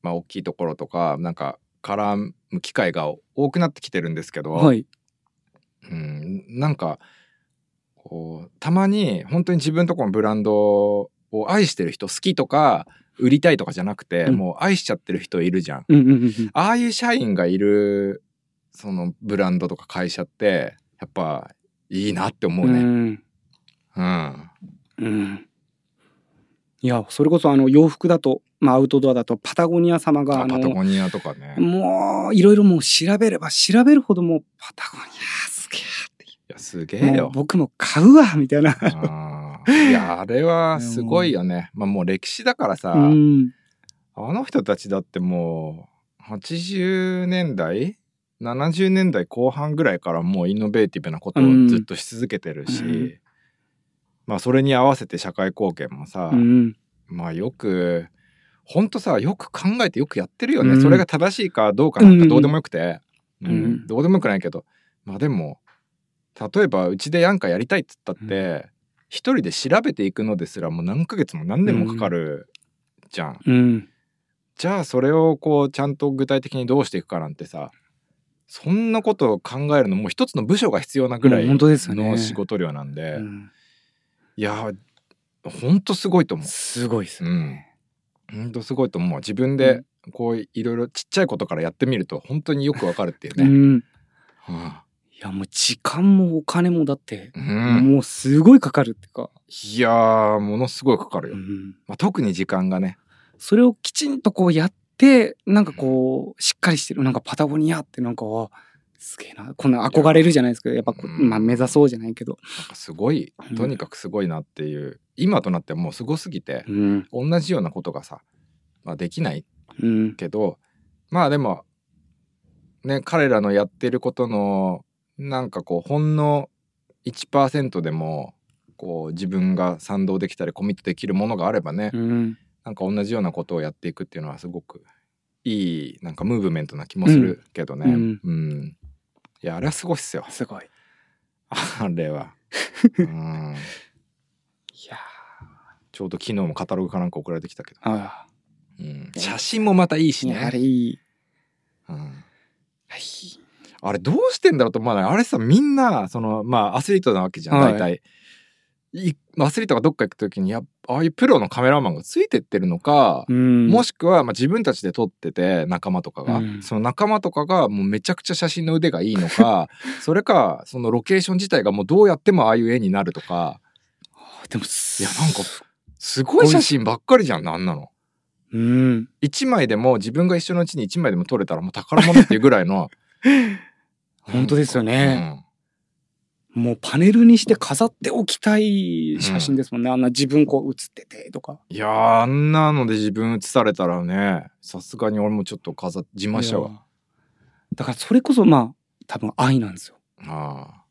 まあ大きいところとか、なんか絡む機会が多くなってきてるんですけど、はい。うん、なんかこうたまに本当に自分とこのブランドを愛してる人好きとか売りたいとかじゃなくて、うんもう愛しちゃってる人いるじゃん。うんうんうんうん。ああいう社員がいるそのブランドとか会社ってやっぱいいなって思うね。ん。うん。うん。いや、それこそあの洋服だと、まあアウトドアだとパタゴニア様が、あパタの、ゴニアとかね。いもういろいろもう調べれば調べるほどもうパタゴニアすげやすげえ。えもうよ。僕も買うわ、みたいな。あーいやあれはすごいよね。まあもう歴史だからさ、うん。あの人たちだってもう80年代70年代後半ぐらいからもうイノベーティブなことをずっとし続けてるし、うんまあそれに合わせて社会貢献もさ、うん。まあよくほんとさよく考えてよくやってるよね、うんそれが正しいかどうかなんかどうでもよくて、んうんうんどうでもよくないけどまあでも例えばうちでなんかやりたいっつったって、一人で調べていくのですらもう何ヶ月も何年もかかるじゃんうん。じゃあそれをこうちゃんと具体的にどうしていくかなんてさそんなことを考えるのもう一つの部署が必要なぐらもいう本当ですよねの仕事量なんでうんいやほんとすごいと思うすごいですうよんね。ほんとすごいと思う自分うでこういろいろちっちゃいことからやってみると本当によくわかるっていううね、ん。はいや、もう時間もお金もだって、あうん、もうすごいかかるっていうか、いやーものすごいかかるよ、うんまあ、特に時間がねそれをきちんとこうやって、なんかこう、しっかりしてる、なんかパタゴニアってなんか、あすげえな。こんな憧れるじゃないですけど、やっぱこう、うんまあ目指そうじゃないけど。なんかすごいとにかくすごいなっていう今となってはもうすごすぎてうん。同じようなことがさ、まあ、できないうん。けどまあでもね彼らのやってることのなんかこうほんの1%でもこう自分が賛同できたりコミットできるものがあればね、うん。なんか同じようなことをやっていくっていうのはすごくいいなんかムーブメントな気もするけどねううんん、いやあれはすごいっすよすごい。あ れはうんいやちょうど昨日もカタログかなんか送られてきたけど、ーあうん写真もまたいいあ。しいねや、あれいい。うんはい。あれどうしてんだろうと思わないあれさみんなそのまあアスリートなわけじゃん、はい大体いアスリートがどっか行く時にやっぱああいうプロのカメラマンがついてってるのか、うん。もしくは、まあ、自分たちで撮ってて仲間とかが、うんその仲間とかがもうめちゃくちゃ写真の腕がいいのか それかそのロケーション自体がもうどうやってもああいう絵になるとかでもす、いやなんかすごい写真ばっかりじゃんなんなの。うん。 1枚でも自分が一緒のうちに1枚でも撮れたらもう宝物っていうぐらいの 本当ですよね。うんもうパネルにして飾っておきたい写真ですもんね。あんな自分こう写っててとか。いやーあんなので自分映されたらねさすがに俺もちょっと飾っ自慢しちゃういわやだからそれこそまあ、多分愛なんですよ。あ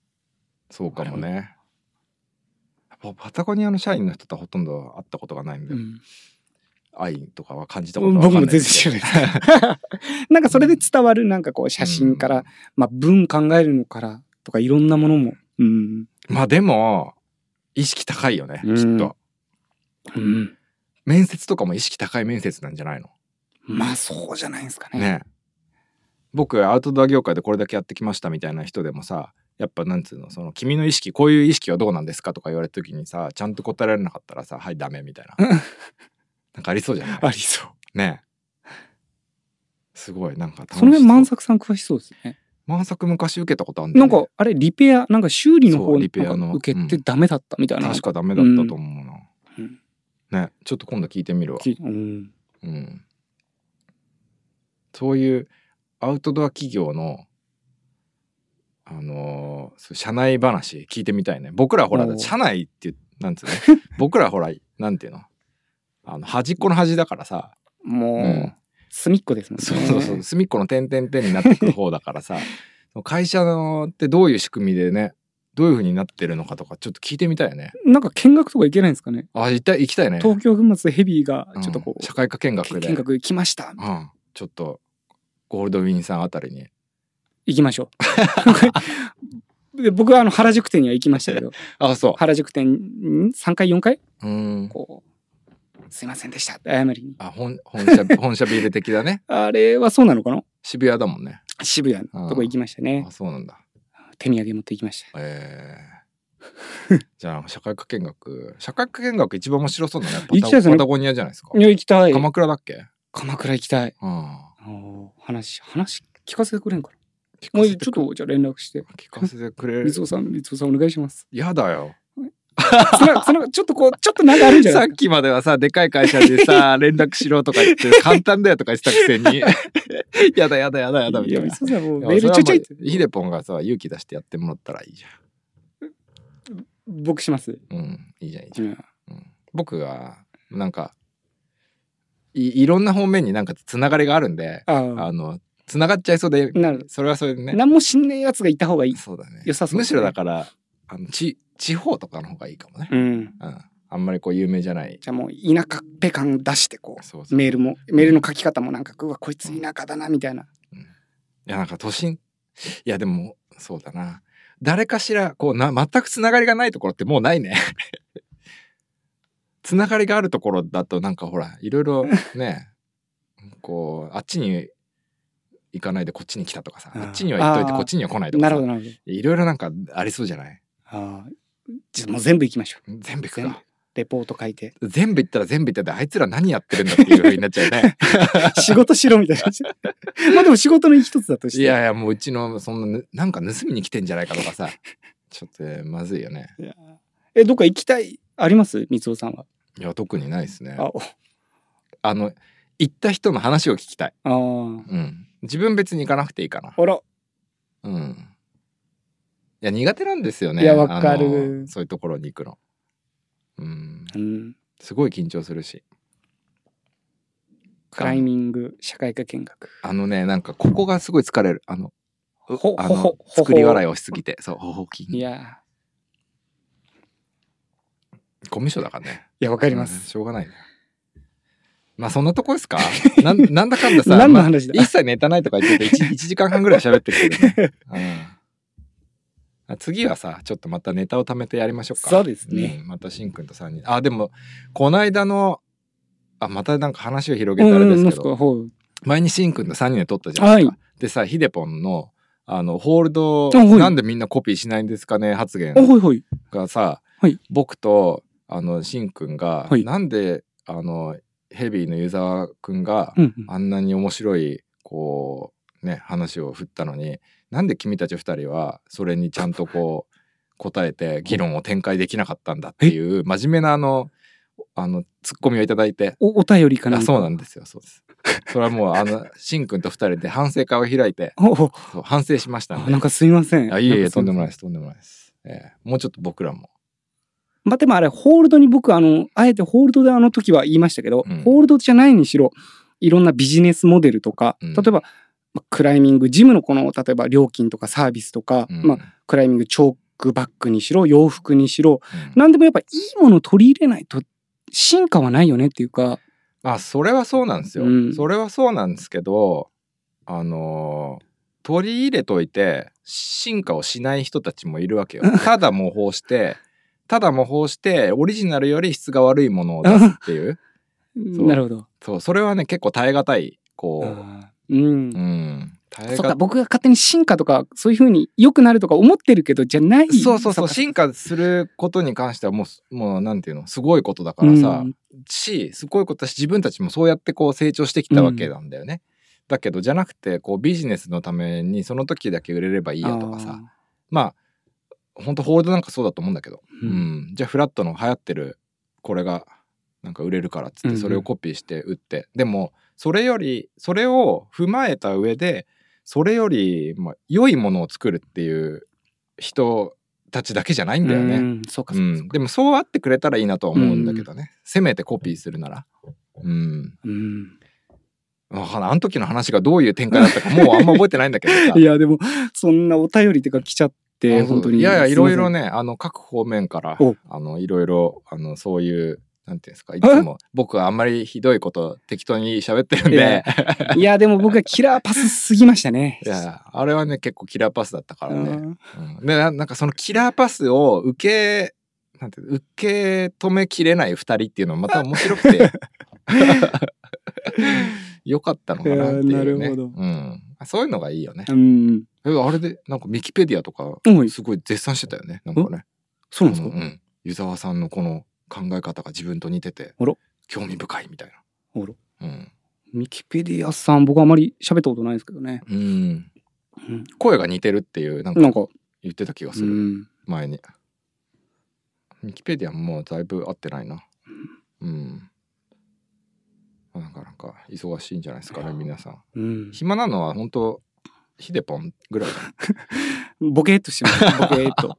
ーそうかもねやっぱパタゴニアの社員の人とはほとんど会ったことがないんで、うん愛とかは感じたこと僕が分かもん全然ないです知けらどないです。 なんかそれで伝わるなんかこう写真から、うんまあ文考えるのからとかいろんなものも。うん。まあでも意識高いよね、うんきっとうん。面接とかも意識高い面接なんじゃないのまあそうじゃないですかね。ね僕アウトドア業界でこれだけやってきましたみたいな人でもさやっぱなんつうのその君の意識こういう意識はどうなんですかとか言われた時にさちゃんと答えられなかったらさはいダメみたい ななんかありそうじゃないありそう。ねえすごいなんか楽しその辺万作さん詳しそうですね。満作昔受けたことあるんだなよんねかあれリペアなんか修理のそ方うにリペアのなんか受けてダメだったみたいな。確かダメだったと思うな、うんねちょっと今度聞いてみるわきうんうん、そういうアウトドア企業のあのーそう社内話聞いてみたいね僕らほらおう社内ってな んつうの僕らほらなんていうのあの端っこの端だからさ、もう、うん隅っこですもんね。そうそうそう隅っこの点々点になってくる方だからさ 会社のってどういう仕組みでねどういうふうになってるのかとかちょっと聞いてみたいよねなんか見学とか行けないんですかね。あ行きたい行きたいね東京粉末ヘビーがちょっとこうん社う、会科見学で見学行きました。うん、ちょっとゴールドウィンさんあたりに行きましょう。 で僕はあの原宿店には行きましたけどあそ原宿店ん3回4回う。うん。こう「すいませんでした」って謝りにあ本本社 本社ビール的だね。あれはそうなのかな渋谷だもんね。渋谷のとこ行きましたねあそうなんだ。手土産持って行きましたえー じゃあ社会科見学社会科見学一番面白そうだね パ行タきたいですねパタゴニアじゃないですかいや行きたい鎌倉だっけ鎌倉行きたいうんおー話話聞かせてくれんか聞なもかうせちてょっくれとじゃあ連絡して聞かせてくれ三る尾さん三尾さんお願いしますやだよつなつなちょっとこうちょっとなんかあるんじゃさなっいですきまではさでかい会社で さ連絡しろとか言って簡単だよとか言ってたくせに やだやだやだやだかみいたやいな三尾さんもういメやールちょいちょいっそれはもうてヒデポンがさ勇気出してやってもらったらいいじ僕しますゃんうんいいじゃんいいじゃんうん僕がなんかいいろんな方面になんかつながりがあるんで、ああのつながっちゃいそうであなるほどそれはそれでね何もしんねえやつがいた方がいいそうだね良さそうむですしねろだからあのち地方とかの方がいいかもね、うんうんあんまりこう有名じゃないじゃあもう田舎っぺ感出してこそううそういメールもメールの書き方もなんかうわこいつ田舎だなみたいなやなんか都心いやでもそうだな誰かしらこうな全くつながりがないところってもうないね つながりがあるところだとなんかほらいろいろ ねこうあっちに行かないでこっちに来たとかさああーっちには行っといてあーこっちには来ないとかなさるほどなるほどいろいろなんかありそうじゃないああじゃあもう全部行きましょう全部行く全部かレポート書いて 全部行ったら全部行ったであいつら何やってるんだっていうふうになっちゃ うね仕事しろみたいな まあでも仕事の一つだとしていやいやもううちのそんななんか盗みに来てんじゃないかとかさちょっとねまずいよねえどっか行きたいあります三尾さんは、いや特にないですねあおあの行った人の話を聞きたい。あーうん。自分別に行かなくていいかな。あらうん。いや苦手なんですよね。いやわかるあのそういうところに行くの。うん。うんすごい緊張するし。クライミング社会科見学あのねなんかここがすごい疲れる。あのほほあのほほ作り笑いいをしすぎてそうほほ筋いやコミュ障だからね。いやわかりまうんす、しょうがないね。まあそんなとこで すかなんなんだかんださ、何のまあ 話だ、一切ネタないとか言ってて 1, 時間半ぐらい喋ってるけど ね。うん、次はさちょっとまたネタを貯めてやりましょうか。そうですねうんまたしんくんと3人。あでもこの間のあまたなんか話を広げたあれですけうど、んうんなんす前にしんくんと3人で撮ったじゃないですか。はでさヒデポンのあのホールドあはいなんでみんなコピーしないんですかね発言かほうおほいほいがさ、はい僕とあのしんくんが、はいなんであのヘビーの湯沢くんがうんうんあんなに面白いこうね話を振ったのになんで君たち二人はそれにちゃんとこう答えて議論を展開できなかったんだっていう真面目なあのあのツッコミをいただいておお便りかなあんかそうなんですよそうですそれはもうあのしんくんと二人で反省会を開いておおそう反省しましたあんでなんかすみませんあいえいなえかすとんでもいませないですとんでもないです、ええもうちょっと僕らもまあでもあれホールドに僕あのあえてホールドであの時は言いましたけど、うんホールドじゃないにしろいろんなビジネスモデルとか、うん例えばまあクライミングジムのこの例えば料金とかサービスとか、うんまあ、クライミングチョークバッグにしろ洋服にしろうん何でもやっぱいいものを取り入れないと進化はないよねっていうかあそれはそうなんですよ、うんそれはそうなんですけどあのー取り入れといて進化をしない人たちもいるわけよただ模倣してただ模倣してオリジナルより質が悪いものを出すっていうそうなるほど。そうそれはね結構耐え難いこあーうんう、うん、耐そえっかが僕が勝手に進化とかそういうふうに良くなるとか思ってるけどじゃないそうそうそうっか進化することに関してはもうすもうなんていうのすごいことだからさ、うんしすごいことだし自分たちもそうやってこう成長してきたわけなんだよね。だけどじゃなくてこうビジネスのためにその時だけ売れればいいやとかさまあほんとホールドなんかそうだと思うんだけど、ううんんじゃあフラットの流行ってるこれがなんか売れるからっつうっんうてんそれをコピーして売って、でもそれよりそれを踏まえた上でそれよりまあ良いものを作るっていう人たちだけじゃないんだよね。うんそうかそううんでもそうあってくれたらいいなとは思うんだけどね、せめてコピーするなら。うん、うんわかんないあの時の話がどういう展開だったかもうあんま覚えてないんだけどさいやでもそんなお便りとか来ちゃっあてそう本当にいやいやいろいろねねあの各方面からおあのいろいろあのそういうなんていうんですかいつも僕はあんまりひどいこと適当に喋ってるんいやでいやでも僕はキラーパスすぎましたね いやあれはね結構キラーパスだったからね、うんうん、でななんかそのキラーパスを受けなんていうの受け止めきれない二人っていうのもまた面白く てよかったのかなっていやいう、なるね、ほどうん、そういうのがいいよねうんえあれでなんかウィキペディアとかうんすごい絶賛してたよねなんかねそうなんですか、うんうん湯沢さんのこの考え方が自分と似ててあら興味深いみたいな。あらうんミキペディアさん僕あまり喋ったことないですけどねうんうん声が似てるっていうなんかなんか言ってた気がすうる、ん前に。ウィキペディアももうだいぶ合ってないな。うん。なんかなんか忙しいんじゃないですかね皆さん。うん暇なのは本当ヒデポンぐらいだね。ボケーっとしてますボケーっ と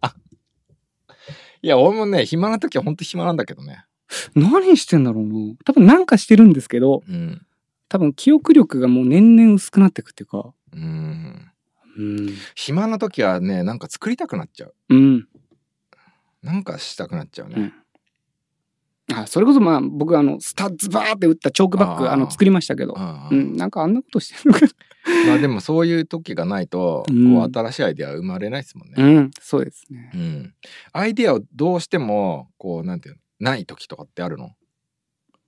いや俺もね暇な時は本当暇なんだけどね。何してんだろうな多分なんかしてるんですけどうん。多分記憶力がもう年々薄くなってくっていうかうん。うん、暇な時はねなんか作りたくなっちゃう。うん、なんかしたくなっちゃうね。うんあそれこそまあ僕あのスタッズバーって打ったチョークバッグあーあの作りましたけどああうん、なんかあんなことしてるのかまあでもそういう時がないと、うんこう新しいアイデアは生まれないですもんうね。んそうですねうんアイデアをどうしてもこうなんていうのない時とかってあるの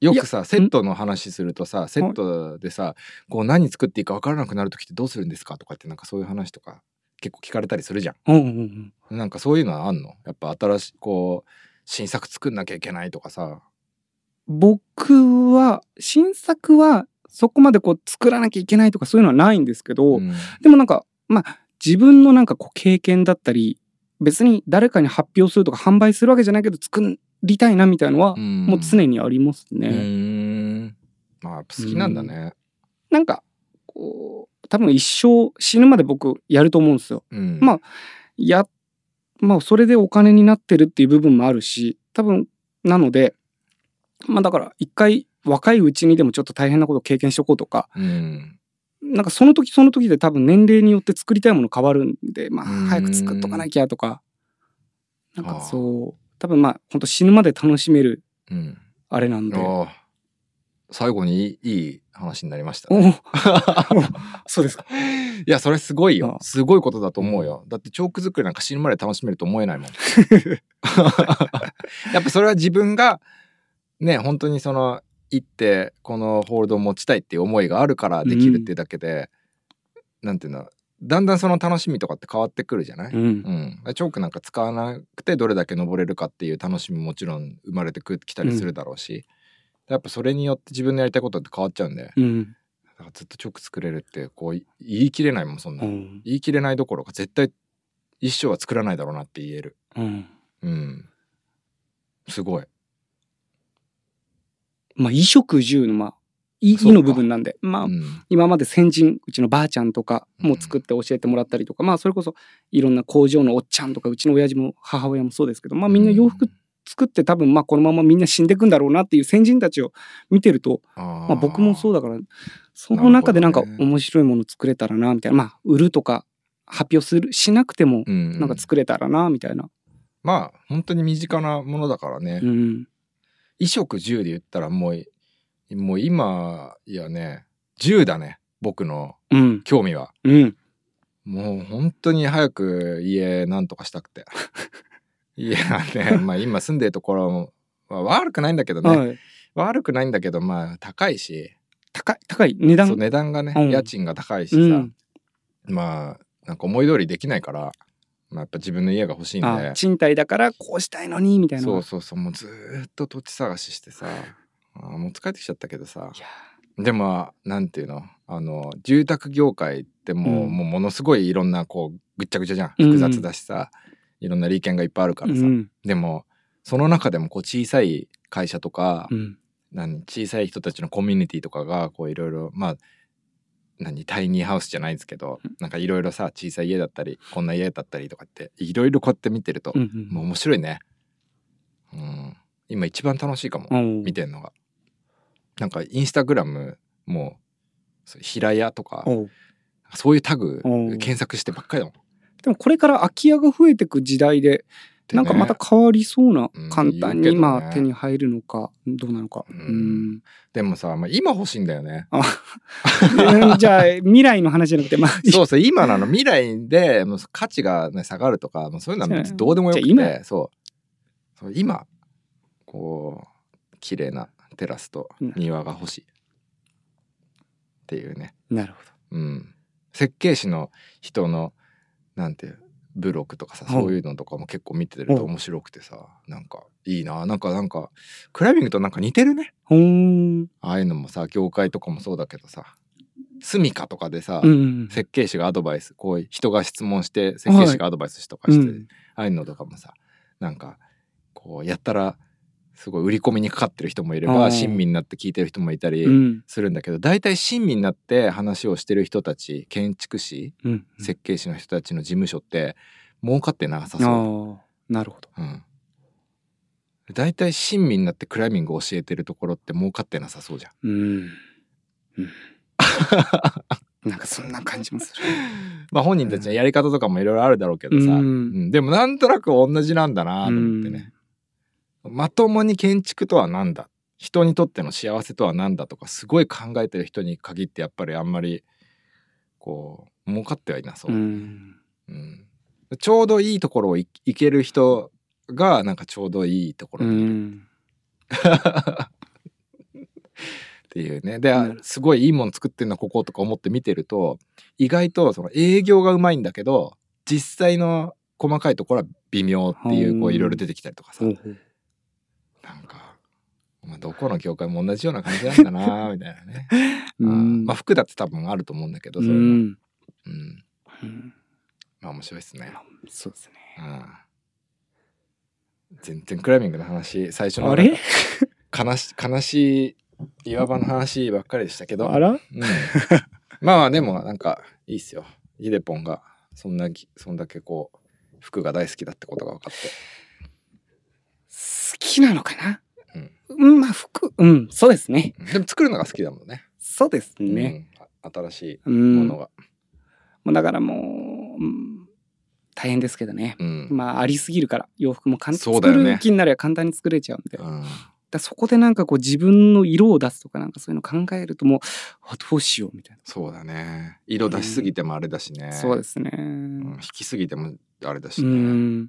よくさセットの話するとさセットでさこう何作っていいか分からなくなる時ってどうするんですかとかってなんかそういう話とか結構聞かれたりするじゃうんうんうんん。なんかそういうのはあんのやっぱ新しいこう新作作んなきゃいけないとかさ。僕は新作はそこまでこう作らなきゃいけないとかそういうのはないんですけど、うんでもなんかまあ自分のなんかこう経験だったり別に誰かに発表するとか販売するわけじゃないけど作りたいなみたいのはうんもう常にありますね。うんまあやっぱ好きなんだね。なんかこう多分一生死ぬまで僕やると思うんですよ。うんまあやまあそれでお金になってるっていう部分もあるし多分なのでまあだから一回若いうちにでもちょっと大変なことを経験しておこうとかうんなんかその時その時で多分年齢によって作りたいもの変わるんで、まあうん早く作っとかなきゃとか、なんあかあそう、多分まあ本当死ぬまで楽しめるうんあれなんで。おああ最後にいいいい話になりましたね、おそうですか。いやそれすごいあよあすごいことだと思うよだってチョーク作りなんか死ぬまで楽しめると思え ないもんやっぱそれは自分がね本当にその行ってこのホールドを持ちたいっていう思いがあるからできるっていうだけで、なんていうのだんだんその楽しみとかって変わってくるじゃない、うん。うん、チョークなんか使わなくてどれだけ登れるかっていう楽しみももちろん生まれてくきたりするだろうし、やっぱそれによって自分のやりたいことって変わっちゃうんでだうん。からずっとチョーク作れるってこうい言い切れないもんそんな、うん。言い切れないどころか絶対一生は作らないだろうなって言えるうん。うんすごいまあ衣食住のまあ、いそうかいの部分なんで、まあ、うん今まで先人、うちのばあちゃんとかも作って教えてもらったりとか、まあそれこそいろんな工場のおっちゃんとか、うちの親父も母親もそうですけど、まあみんな洋服作って多分まあこのままみんな死んでくんだろうなっていう先人たちを見てると、ままあ、僕もそうだだからその中でなんかなるほどね面白いもの作れたらなみたいなまあ売るとか発表するしなくてもうんなんか作れたらなみたいな、まあ本当に身近なものだからね、うん、衣食住で言ったらもうもう今いやね10だね僕のうん興味はうんもう本当に早く家なんとかしたく て家なんでまあ今住んでるところも、まあ悪くないんだけどね、はい悪くないんだけどまあ高いし高い高い値そ段う値段がね、うん家賃が高いしうさ、んまあなんか思い通りできないから、まあ、やっぱ自分の家が欲しいんあで賃貸だからこうしたいのにみたいなそうそうそうもうずーっと土地探ししてさあーもう疲れてきちゃったけどさでもなんていうのあの住宅業界ってうもう,、んもうものすごいいろんなこうぐっちゃぐちゃじゃんうん複雑だしさ、いろんな利権がいっぱいあるからさ、うんでもその中でもこう小さい会社とか、うん何小さい人たちのコミュニティとかがこういろいろまあ何タイニーハウスじゃないですけどなんかいろいろさ小さい家だったりこんな家だったりとかっていろいろこうやって見てると、うんうんもう面白いね、うん、今一番楽しいかも、うん見てんのがなんかインスタグラムもうそう平屋とかおうそういうタグおう検索してばっかりだもん、でもこれから空き家が増えてく時代ででなねんかまた変わりそうなうん簡単言うけどにねまあ手に入るのかどうなのかううんんでもさ、まあ、今欲しいんだよねうん じゃあ未来の話じゃなくてまあ そうそう、今なの未来でもう価値が、ね、下がるとか、もうそういうのは別にどうでもよくじゃて、あ今そうそう今、こう、綺麗なテラスと庭が欲しい。っていうね。なるほうん。設計士の人の、なんていう、ブログとかさ、はいそういうのとかも結構見てるとうん面白くてさ、なんかいいな、なんかなんか、クライミングとなんか似てるね。どうんああいうのもさ、業界とかもそうだけどさ、住みかとかでさ、うん設計士がアドバイスこう人が質問して設計士がアドバイスとかして、うんああいうのとかもさなんかこうやったらすごい売り込みにかかってる人もいれあばー親身になって聞いてる人もいたうりんするんだけど大体親身になって話をしてる人たち建築士うん設計士の人たちの事務所って儲かってなさあそうーなるほどだ。うん大体親身になってクライミングを教えてるところって儲かってなさそうじゃん。 うんうんなんかそんな感じもするまあ本人たちのやり方とかもいろいろあるだろうけど さ、うんうんでもなんとなく同じなんだなと思ってね、まともに建築とは何だ人にとっての幸せとは何だとかすごい考えてる人に限ってやっぱりあんまりこう儲かってはいなそう、うんうんちょうどいいところをい行ける人がなんかちょうどいいとこうろにいるっんていうねでなるすごいいいもん作ってんのこことか思って見てると意外とその営業がうまいんだけど実際の細かいところは微妙っていうこううんいろいろ出てきたりとかさほうほうなんか、まあ、どこの業界も同じような感じなんだな みたいなね。ううんんまあ服だって多分あると思うんだけど、うそういうの。んうん。うんまあ面白いですね。そうですねうん。全然クライミングの話、最初のあれ悲し悲しい岩場の話ばっかりでしたけど、あらうん、まあまあでもなんかいいっすよ。イデポンがそんなぎ、そんだけこう、服が大好きだってことが分かって。好きなのかなうん、まあ服、うん、そうですね。うんでも作るのが好きだもんね。そうですね。うん。あ新しういん。ものもが。うだからもう、うん大変ですけどね。うん。まあ、ありすぎるから、洋服も簡単そうだよね作る気になれば簡単に作れちゃうんで。だかうんらそこでなんかこう自分の色を出すとかなんかそういうの考えるともう、あどうしようみたいそうだね色出しすぎてもあれだしね、な。そうですね。うん引きすぎてもあれだしうね、うん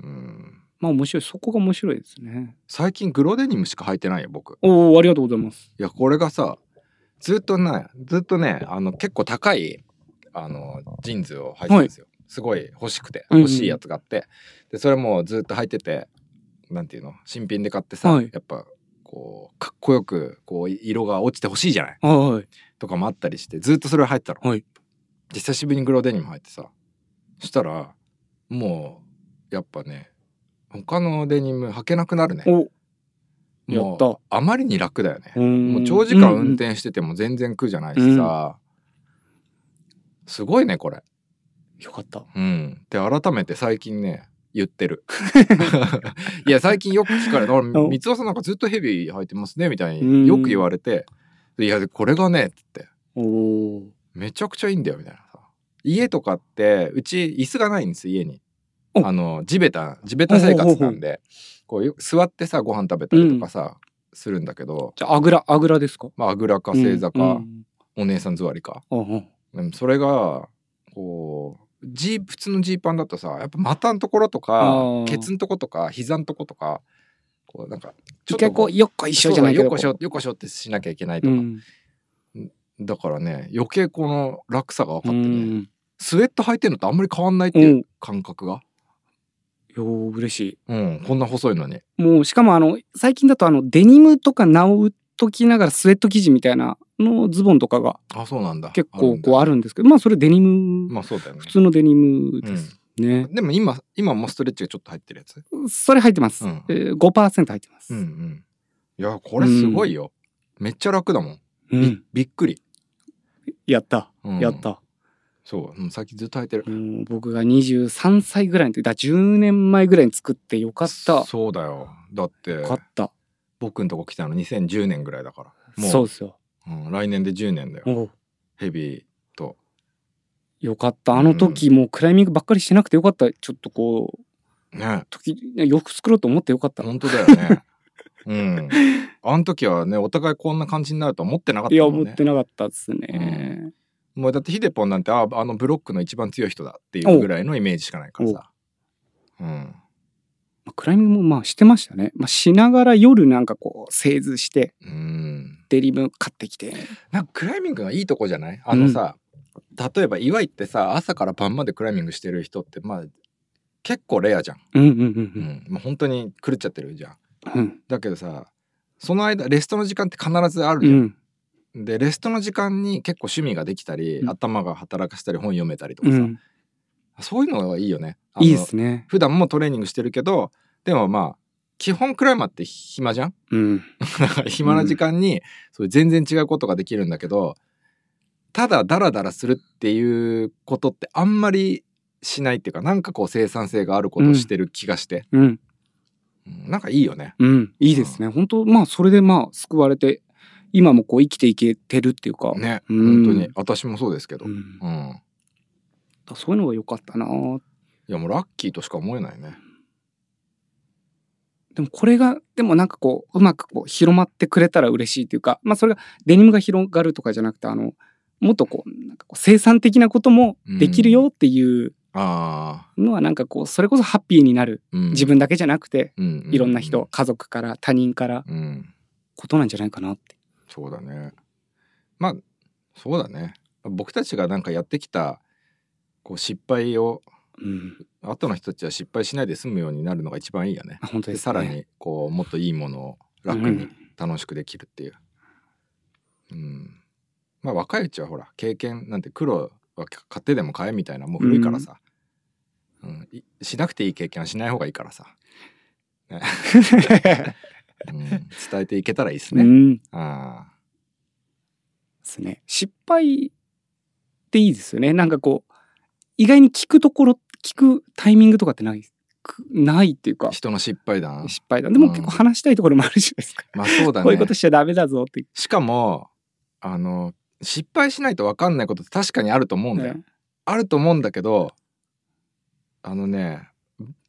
ん。まあ面白い。そこが面白いですね。最近グロデニムしか履いてないよ僕おおありがとうございます。いやこれがさずっとねずっとねあの結構高いあのジーンズを履いてるんですよ、すごい欲しくてうんうん欲しいやつがあって、でそれもずっと履いててなんていうの新品で買ってさ、はいやっぱこうかっこよくこう色が落ちてほしいじゃないはい。とかもあったりしてずっとそれを履いてたの、はいで久しぶりに黒デニム履いてさそしたらもうやっぱね他のデニム履けなくなるねおやもっうた。あまりに楽だよね、ももう長時間運転してても全然苦じゃないしさ、すごいねこれよかった。うんで改めて最近ね言って るいや最近よく聞かれた俺お三尾さんなんかずっとヘビ履いてますねみたいうにんよく言われて「いやこれがね」って言っておおめちゃくちゃいいんだよみたいなさ家とかってうち椅子がないんです家におあの地べた地べた生活なんでこうよ座ってさご飯食べたりとかさ、するんだけどじゃあ、あぐら、あぐらですかまああぐらか正座か、うんお姉さん座りかうんうんでもそれがこうジー普通のジーパンだとさやっぱ股のところとあかーケツのとことか膝のとことかこうなんか一回こう、よっこ一緒一じゃないけどよこしょよこしょってしなきゃいけないとうか、んだからね余計この落差が分かうってねん。スウェット履いてんのとあんまり変わんないっていう感覚がよー嬉しい。うんこんな細いのにもう、しかもあの、最近だとあの、デニムとか直うときながらスウェット生地みたいなのズボンとかがあそうなんだ結構こうああるんですけど、まあそれデニム、まあそうだよね普通のデニムですね。でも今今もストレッチがちょっと入ってるやつそれ入ってます。うんえー5%入ってます。うんうんいやこれすごいよ、めっちゃ楽だもんうんびびっくり、やった。うんやった。そう、うん、最近ずっと履いてるもう僕が23歳ぐらいの時、だから10年前ぐらいに作ってよかった。よそうだよだってかった。僕んとこ来たの2010年ぐらいだからもうそうですよ。うん、来年で10年だよおうヘビーとよかった。あの時もうクライミングばっかりしてなくてよかった。ちょっとこう、ね時、洋服作ろうと思ってよかった。本当だ よねうんあの時はねお互いこんな感じになるとは思ってなかっいたや、もん思ねってなかったですね。もうだってヒデポンなんてああのブロックの一番強い人だっていうぐらいのイメージしかないからさうんまあクライミングもまあしてましたね。まあしながら夜なんかこう、製図して、うんデリム買ってきて。なんかクライミングがいいとこじゃないあのさ、例えば岩井ってさ朝から晩までクライミングしてる人ってまあ結構レアじゃん、うんうんううんんまあ、本当に狂っちゃってるじゃんうん。うん。だけどさその間レストの時間って必ずあるうじゃん、ん。でレストの時間に結構趣味ができたり、うん頭が働かしたり本読めたりとかうさ、ん。そういうのがいいよねあのいいですね。普段もトレーニングしてるけどでもまあ基本クライマーって暇じゃん うん。暇な時間にそういう全然違うことができるんだけどただダラダラするっていうことってあんまりしないっていうかなんかこう生産性があることをしてる気がして、うん。うんなんかいいよね。うん。いいですね。本当まあそれでまあ救われて、今もこう生きていけてるっていうか。ねうん本当に私もそうですけど、ううんん。いそういうのが良かったなーってやもうラッキーとしか思えないね。でもこれが、でもなんかこう、うまくこう広まってくれたら嬉しいというか、まあそれがデニムが広がるとかじゃなくて、あの、もっとこう、なんかこう生産的なこともできるよっていうあのはなんかこう、それこそハッピーになる。ー、うん自、分だけじゃなくて、ううういろんな人、、家族から他人からうん、ことなんじゃないかなって。そうだねまあそうだね僕たちがなんかやってきたこう失敗をうん。後の人たちは失敗しないで済むようになるのが一番いい よね。あ本当でですね。さらにこうもっといいものを楽うにん楽しくできるっていう、うんまあ若いうちはほら経験なんて苦労は買ってでも買えみたいなもう古いからさ、うんいしなくていい経験はしない方がいいからさ、ねうん伝えていけたらいいですうね、ん。であすね。失敗っていいですよね。なんかこう、意外に聞くところ、聞くタイミングとかってない、くないっていうかあ。人の失敗談失敗だ。でもうん結構話したいところもあるじゃないですか。まあそうだねこういうことしちゃダメだぞってしかもあの失敗しないと分かんないことって確かにあると思うん言だっよ、て。あると思うんだけどあのね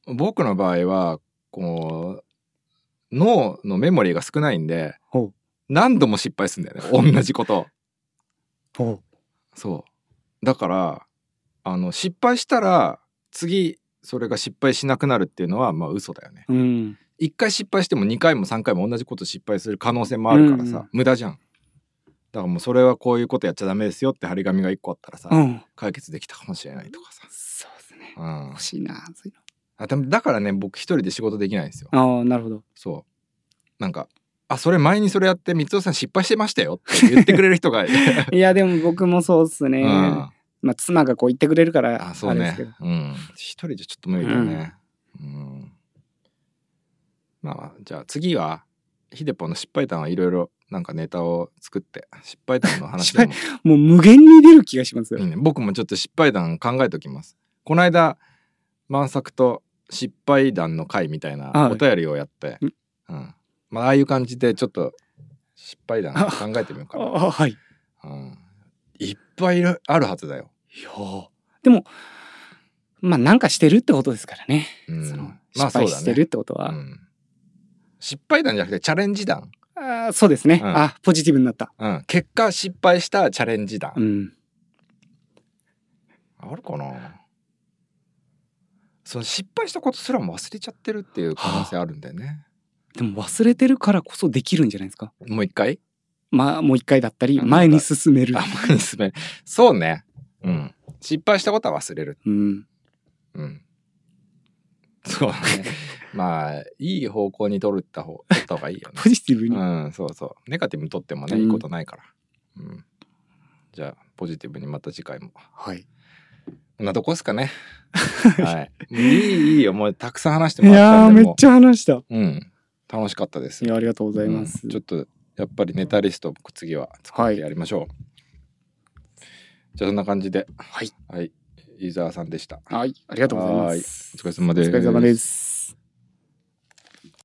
僕の場合はこう脳のメモリーが少ないんでほう何度も失敗するんだ よね同じことをほそうだからあの失敗したら次それが失敗しなくなるっていうのはまあ嘘だよねう。うん。一回失敗しても二回も三回も同じこと失敗する可能性もあるからさ、うん無駄じゃんだからもうそれはこういうことやっちゃダメですよって張り紙が一個あったらさ、うん。解決できたかもしれないとかさ、そうですね。うん欲しいな、そういうあでもだからね僕一人で仕事できないんですよの。ああ、なるほど。そうなんかあそれ前にそれやって光雄さん失敗してましたよって言ってくれる人 が、いや、でも僕もそうですね。うんまあ、妻がこう言ってくれるから、ああそうれですねけど。うん一人じゃちょっと無理だよねうんまあまあじゃあ次はヒデポンの失敗談はいろいろなんかネタを作って失敗談の話でももう無限に出る気がしますよ。いいね僕もちょっと失敗談考えておきますこの間満作と失敗談の会みたいなはいお便りをやって、んうんまあ、ああいう感じでちょっと失敗 談考えてみようかあな、あ、はい。うん、いっぱいいるあるはずだよ、いやでも、まあ、なんかしてるってことですからね。うんそのま失あそう敗だしてねるってことは。うん失敗談じゃなくてチャレンジ談、ああそうですね。うんあポジティブになった。うん、結果失敗したチャレンジ談、うん。あるかなその失敗したことすらも忘れちゃってるっていう可能性あるんだよね、でも忘れてるからこそできるんじゃないですか。もう一回まあ、もう一回だったり、うん前に進める。あんまり進めそうね。うん。失敗したことは忘れる。うん。うん。 そうね。まあ、いい方向に取るった方、取った方がいいよ ね。ポジティブに。うん、そうそう。ネガティブに取ってもね、うんいいことないから。うん。じゃあ、ポジティブにまた次回も。はい。こんなとこです かね。はい。いい、いいよ。もうたくさん話していもらやったー、んめで。っもちゃ話した。ううん。楽しかったですい。や、ありがとうございます。うんちょっとやっぱりネタリスト次は作ってやりましょう、じゃあそんな感じではい、はい、ユーザーさんでしたはい、ありがとうございます。お疲れ様でお疲れ様です。